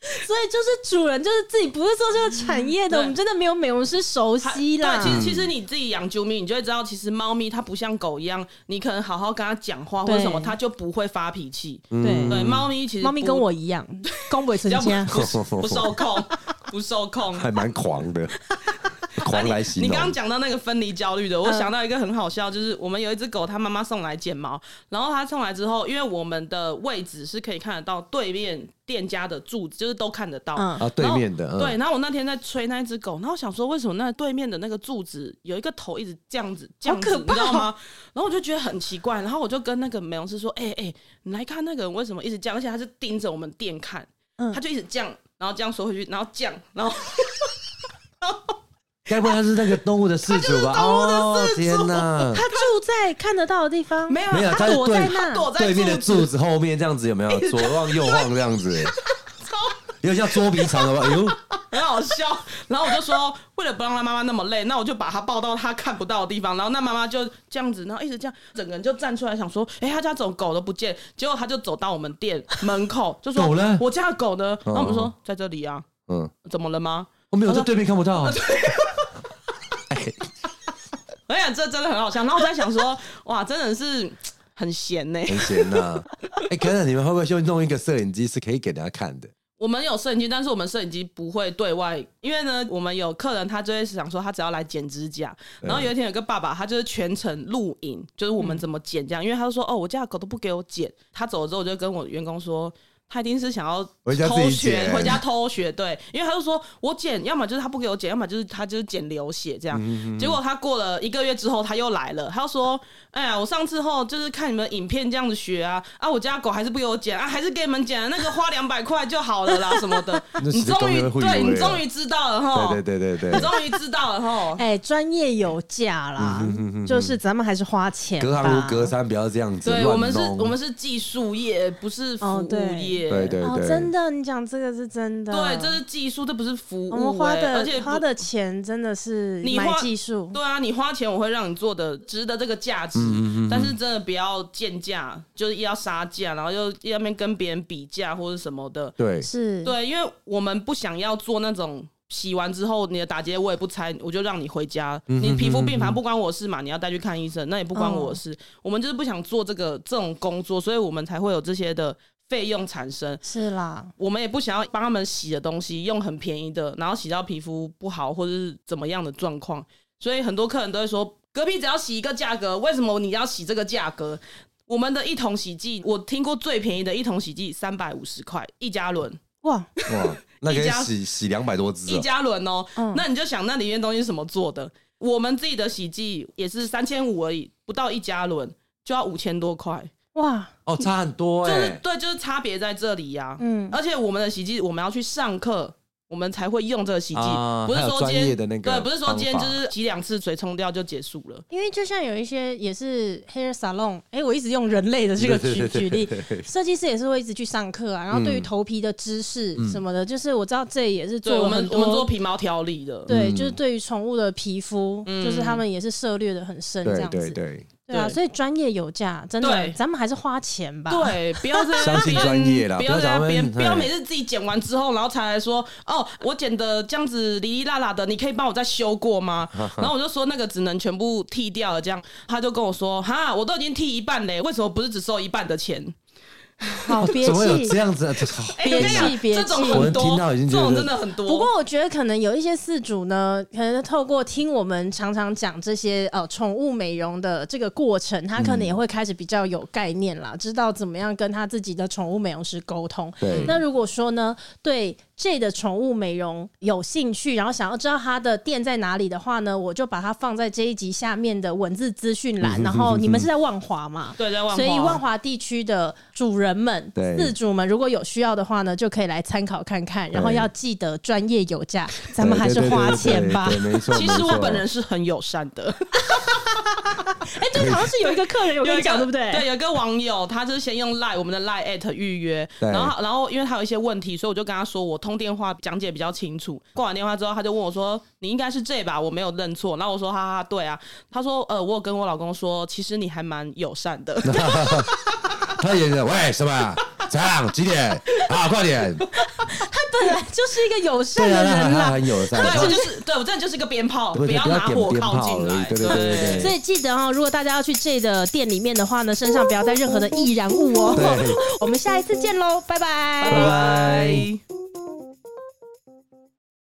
[SPEAKER 1] 所以就是主人就是自己不是做这个产业的，
[SPEAKER 3] 对
[SPEAKER 1] 我们真的没有美容师熟悉啦。
[SPEAKER 3] 对，其实其实你自己养啾咪，你就会知道，其实猫咪它不像狗一样，你可能好好跟它讲话或者
[SPEAKER 1] 对
[SPEAKER 3] 什么，它就不会发脾气。
[SPEAKER 2] 嗯
[SPEAKER 1] 对，
[SPEAKER 3] 对，猫咪其实
[SPEAKER 1] 猫咪
[SPEAKER 3] 不
[SPEAKER 1] 跟我一样，恭维
[SPEAKER 3] 比
[SPEAKER 1] 成
[SPEAKER 3] 较
[SPEAKER 1] 家。
[SPEAKER 3] 不不不受控，不受控。
[SPEAKER 2] 还蛮狂的，狂来形
[SPEAKER 3] 你
[SPEAKER 2] 容
[SPEAKER 3] 刚。刚讲到那个分离焦虑的，
[SPEAKER 1] 嗯
[SPEAKER 3] 我想到一个很好笑，就是我们有一只狗，它妈妈送来剪毛，然后它送来之后，因为我们的位置是可以看得到对面店家的柱子，就是都看得到。
[SPEAKER 1] 嗯
[SPEAKER 2] 啊，对面的，嗯
[SPEAKER 3] 对，，然后我那天在吹那只狗，然后我想说为什么那对面的那个柱子有一个头一直这样子，这样子，
[SPEAKER 1] 可
[SPEAKER 3] 你
[SPEAKER 1] 怕
[SPEAKER 3] 知道吗？然后我就觉得很奇怪，然后我就跟那个美容师说：“哎、哎、你来看那个人为什么一直这样，而且他是盯着我们店看，
[SPEAKER 1] 嗯
[SPEAKER 3] 他就一直这样，然后这样缩回去，然后这样，然后
[SPEAKER 2] 该不会他是那个动物的饲主吧？哦，天哪！
[SPEAKER 1] 他住在看得到的地方，
[SPEAKER 3] 没有啊
[SPEAKER 2] 没有，
[SPEAKER 1] 他
[SPEAKER 2] 是
[SPEAKER 1] 躲在那
[SPEAKER 2] 对
[SPEAKER 3] 他躲在
[SPEAKER 2] 对面的
[SPEAKER 3] 柱
[SPEAKER 2] 柱子后面这样子，有 没有左望右望这样子？
[SPEAKER 3] 超
[SPEAKER 2] 有点像捉迷藏，好不好？哎呦，
[SPEAKER 3] 很好笑。然后我就说，为了不让他妈妈那么累，那我就把他抱到他看不到的地方。然后那妈妈就这样子，然后一直这样，整个人就站出来想说，哎、他家走狗都不见，结果他就走到我们店门口，就说
[SPEAKER 2] 狗呢
[SPEAKER 3] 我家的狗呢？然后我
[SPEAKER 2] 哦
[SPEAKER 3] 们说在这里啊，
[SPEAKER 2] 嗯，
[SPEAKER 3] 怎么了吗？
[SPEAKER 2] 我没有在对面看不到，啊
[SPEAKER 3] 我想这真的很好笑。然后我在想说，哇，真的是很闲呢、
[SPEAKER 2] 很闲 呐。哎，可能你们会不会就弄一个摄影机是可以给大家看的？
[SPEAKER 3] 我们有摄影机，但是我们摄影机不会对外，因为呢，我们有客人他就会想说，他只要来剪指甲。
[SPEAKER 2] 嗯
[SPEAKER 3] 然后有一天有个爸爸，他就是全程录影，就是我们怎么剪这样，因为他就说，哦，我家的狗都不给我剪。他走了之后，我就跟我员工说。他一定是想要
[SPEAKER 2] 回家自己
[SPEAKER 3] 偷学，
[SPEAKER 2] 剪
[SPEAKER 3] 回家偷学，对，因为他就说我剪，要么就是他不给我剪，要么就是他就是剪流血这样。
[SPEAKER 2] 嗯
[SPEAKER 3] 结果他过了一个月之后，他又来了，他就说：“哎呀，我上次后就是看你们影片这样子学啊，啊，我家狗还是不给我剪啊，还是给你们剪，那个花两百块就好了啦什么的。”
[SPEAKER 2] 那
[SPEAKER 3] 你终
[SPEAKER 2] 其
[SPEAKER 3] 于
[SPEAKER 2] 实公园会
[SPEAKER 3] 对
[SPEAKER 2] 以为
[SPEAKER 3] 你
[SPEAKER 2] 啊
[SPEAKER 3] 终于知道了哈，
[SPEAKER 2] 对对对对
[SPEAKER 3] 你
[SPEAKER 2] 对，
[SPEAKER 3] 终于知道了 哈。
[SPEAKER 1] 哎，专业有价啦，
[SPEAKER 2] 嗯
[SPEAKER 1] 就是咱们还是花钱吧，
[SPEAKER 2] 隔行如隔山，不要这样子
[SPEAKER 3] 对我们
[SPEAKER 2] 乱
[SPEAKER 3] 是，
[SPEAKER 2] 弄。
[SPEAKER 3] 我们是技术业，不是服
[SPEAKER 1] 哦
[SPEAKER 3] 务
[SPEAKER 1] 对
[SPEAKER 3] 业。
[SPEAKER 2] 对对
[SPEAKER 1] 哦，
[SPEAKER 2] 对，
[SPEAKER 1] 真的，你讲这个是真的，
[SPEAKER 3] 对这是技术，这不是服务、
[SPEAKER 1] 我们花
[SPEAKER 3] 哎而且
[SPEAKER 1] 的
[SPEAKER 3] 不
[SPEAKER 1] 花的钱真的是
[SPEAKER 3] 你
[SPEAKER 1] 买
[SPEAKER 3] 花
[SPEAKER 1] 技术，
[SPEAKER 3] 对啊，你花钱我会让你做的值得这个价值，但是真的不要贱价，就是又要杀价，然后又又要面跟别人比价或者什么的。
[SPEAKER 2] 对，
[SPEAKER 1] 是，
[SPEAKER 3] 对，因为我们不想要做那种洗完之后你的打结我也不拆，我就让你回家。你皮肤病反正不关我事嘛，你要带去看医生，那也不关我事。我们就是不想做这个这种工作，所以我们才会有这些的费用产生。
[SPEAKER 1] 是啦，
[SPEAKER 3] 我们也不想要帮他们洗的东西用很便宜的，然后洗到皮肤不好或者是怎么样的状况，所以很多客人都会说，隔壁只要洗一个价格，为什么你要洗这个价格？我们的一桶洗剂，我听过最便宜的一桶洗剂三百五十块一加仑，
[SPEAKER 1] 哇，
[SPEAKER 2] 哇，那可
[SPEAKER 3] 一
[SPEAKER 2] 以
[SPEAKER 3] 家
[SPEAKER 2] 洗洗两百多只
[SPEAKER 3] 一
[SPEAKER 2] 哦，
[SPEAKER 3] 加仑哦、
[SPEAKER 1] 嗯
[SPEAKER 3] 那你就想那里面东西是什么做的？我们自己的洗剂也是三千五而已，不到一加仑就要五千多块，
[SPEAKER 1] 哇，
[SPEAKER 2] 哦，差很多
[SPEAKER 3] 就是
[SPEAKER 2] 哎。
[SPEAKER 3] 对，就是差别在这里呀、
[SPEAKER 1] 嗯，
[SPEAKER 3] 而且我们的洗剂，我们要去上课，我们才会用这个洗剂，
[SPEAKER 2] 啊
[SPEAKER 3] 不是说今
[SPEAKER 2] 还有专业
[SPEAKER 3] 天
[SPEAKER 2] 的那个
[SPEAKER 3] 对，不是说今天
[SPEAKER 2] 方
[SPEAKER 3] 就
[SPEAKER 2] 法
[SPEAKER 3] 是洗两次水冲掉就结束了。
[SPEAKER 1] 因为就像有一些也是 hair salon，哎、我一直用人类的这个
[SPEAKER 2] 对
[SPEAKER 1] 举
[SPEAKER 2] 对
[SPEAKER 1] 举
[SPEAKER 2] 对
[SPEAKER 1] 例
[SPEAKER 2] 对，对
[SPEAKER 1] 设计师也是会一直去上课啊，然后对于头皮的知识什么的，就是我知道这也是
[SPEAKER 3] 嗯对，
[SPEAKER 1] 做
[SPEAKER 3] 我
[SPEAKER 1] 了
[SPEAKER 3] 们
[SPEAKER 1] 很
[SPEAKER 3] 我们做
[SPEAKER 1] 多。
[SPEAKER 3] 皮毛调理的，
[SPEAKER 1] 对，
[SPEAKER 2] 嗯
[SPEAKER 1] 就是对于宠物的皮肤，就是他们也是涉猎的很深，这
[SPEAKER 2] 对
[SPEAKER 1] 样子。
[SPEAKER 2] 对对，
[SPEAKER 1] 对啊，
[SPEAKER 3] 嗯对
[SPEAKER 1] 所以专业有价，真的，
[SPEAKER 3] 对
[SPEAKER 1] 咱们还是花钱吧。，
[SPEAKER 3] 对，不要在那
[SPEAKER 2] 相信
[SPEAKER 3] 边
[SPEAKER 2] 专业啦
[SPEAKER 3] 不
[SPEAKER 2] 不
[SPEAKER 3] 要
[SPEAKER 2] 要
[SPEAKER 3] 在那
[SPEAKER 2] 咱们
[SPEAKER 3] 边，
[SPEAKER 2] 哎
[SPEAKER 3] 不要每次自己剪完之后，然后才来说哦，我剪的这样子哩哩啦啦的，你可以帮我再修 过吗？然后我就说那个只能全部剃掉了，这样他就跟我说哈，我都已经剃一半嘞，为什么不是只收一半的钱？
[SPEAKER 1] 好憋
[SPEAKER 2] 怎么有这
[SPEAKER 1] 气。
[SPEAKER 2] 样子 的？
[SPEAKER 3] 哎我跟你讲
[SPEAKER 1] 别气别
[SPEAKER 3] 这种
[SPEAKER 1] 气
[SPEAKER 2] 我
[SPEAKER 3] 很
[SPEAKER 2] 听
[SPEAKER 3] 多，
[SPEAKER 2] 到已经
[SPEAKER 3] 这
[SPEAKER 2] 觉
[SPEAKER 3] 种
[SPEAKER 2] 得
[SPEAKER 3] 真的很多。
[SPEAKER 1] 不过我觉得可能有一些饲主呢，可能透过听我们常常讲这些呃宠物美容的这个过程，他可能也会开始比较有概念啦，知道怎么样跟他自己的宠物美容师沟通。
[SPEAKER 2] 对
[SPEAKER 1] 那如果说呢，对 J 的宠物美容有兴趣，然后想要知道它的店在哪里的话呢，我就把它放在这一集下面的文字资讯栏。然后你们是在万华嘛？
[SPEAKER 3] 对，在万华，
[SPEAKER 1] 所以万华地区的主人们、
[SPEAKER 2] 对
[SPEAKER 1] 饲主们，如果有需要的话呢，就可以来参考看看。然后
[SPEAKER 2] 对
[SPEAKER 1] 要记得专业有价，咱们还是
[SPEAKER 2] 对对对
[SPEAKER 1] 花
[SPEAKER 2] 对
[SPEAKER 1] 钱
[SPEAKER 2] 对
[SPEAKER 1] 吧。
[SPEAKER 2] 对，没错。
[SPEAKER 3] 其实
[SPEAKER 2] 没
[SPEAKER 3] 我
[SPEAKER 2] 错
[SPEAKER 3] 本人是很友善 的，
[SPEAKER 1] 哎，对，好像是有一个客人有跟
[SPEAKER 3] 有
[SPEAKER 1] 你
[SPEAKER 3] 一
[SPEAKER 1] 讲，
[SPEAKER 3] 个
[SPEAKER 1] 对不 对？
[SPEAKER 3] 对，有一个网友，他就是先用 Line 我们的 Line at 预约，
[SPEAKER 2] 对
[SPEAKER 3] 然后然后因为他有一些问题，所以我就跟他说我通电话讲解比较清楚。挂完电话之后，他就问我说：“你应该是这吧？我没有认错。”然后我说：“哈哈，对啊。”他说：“呃，我有跟我老公说，其实你还蛮友 善的。
[SPEAKER 2] 他也是喂什么？怎样？几 点？啊，快点！
[SPEAKER 1] 本来就是一个友善
[SPEAKER 2] 对
[SPEAKER 1] 的
[SPEAKER 2] 啊，
[SPEAKER 1] 人
[SPEAKER 2] 他
[SPEAKER 1] 啦
[SPEAKER 2] 很。友
[SPEAKER 3] 对
[SPEAKER 2] 善。
[SPEAKER 3] 我就是对我真的就是个鞭炮，
[SPEAKER 2] 对对
[SPEAKER 3] 要
[SPEAKER 2] 不要
[SPEAKER 3] 拿
[SPEAKER 2] 点
[SPEAKER 3] 火
[SPEAKER 2] 鞭
[SPEAKER 3] 靠
[SPEAKER 2] 炮
[SPEAKER 3] 近
[SPEAKER 2] 而已
[SPEAKER 3] 来。
[SPEAKER 2] 对对对对对
[SPEAKER 1] 所以记得哦，如果大家要去 J 的店里面的话呢，身上 不要带任何的易燃物哦
[SPEAKER 2] 对。
[SPEAKER 1] 我们下一次见喽，拜拜
[SPEAKER 3] 拜拜。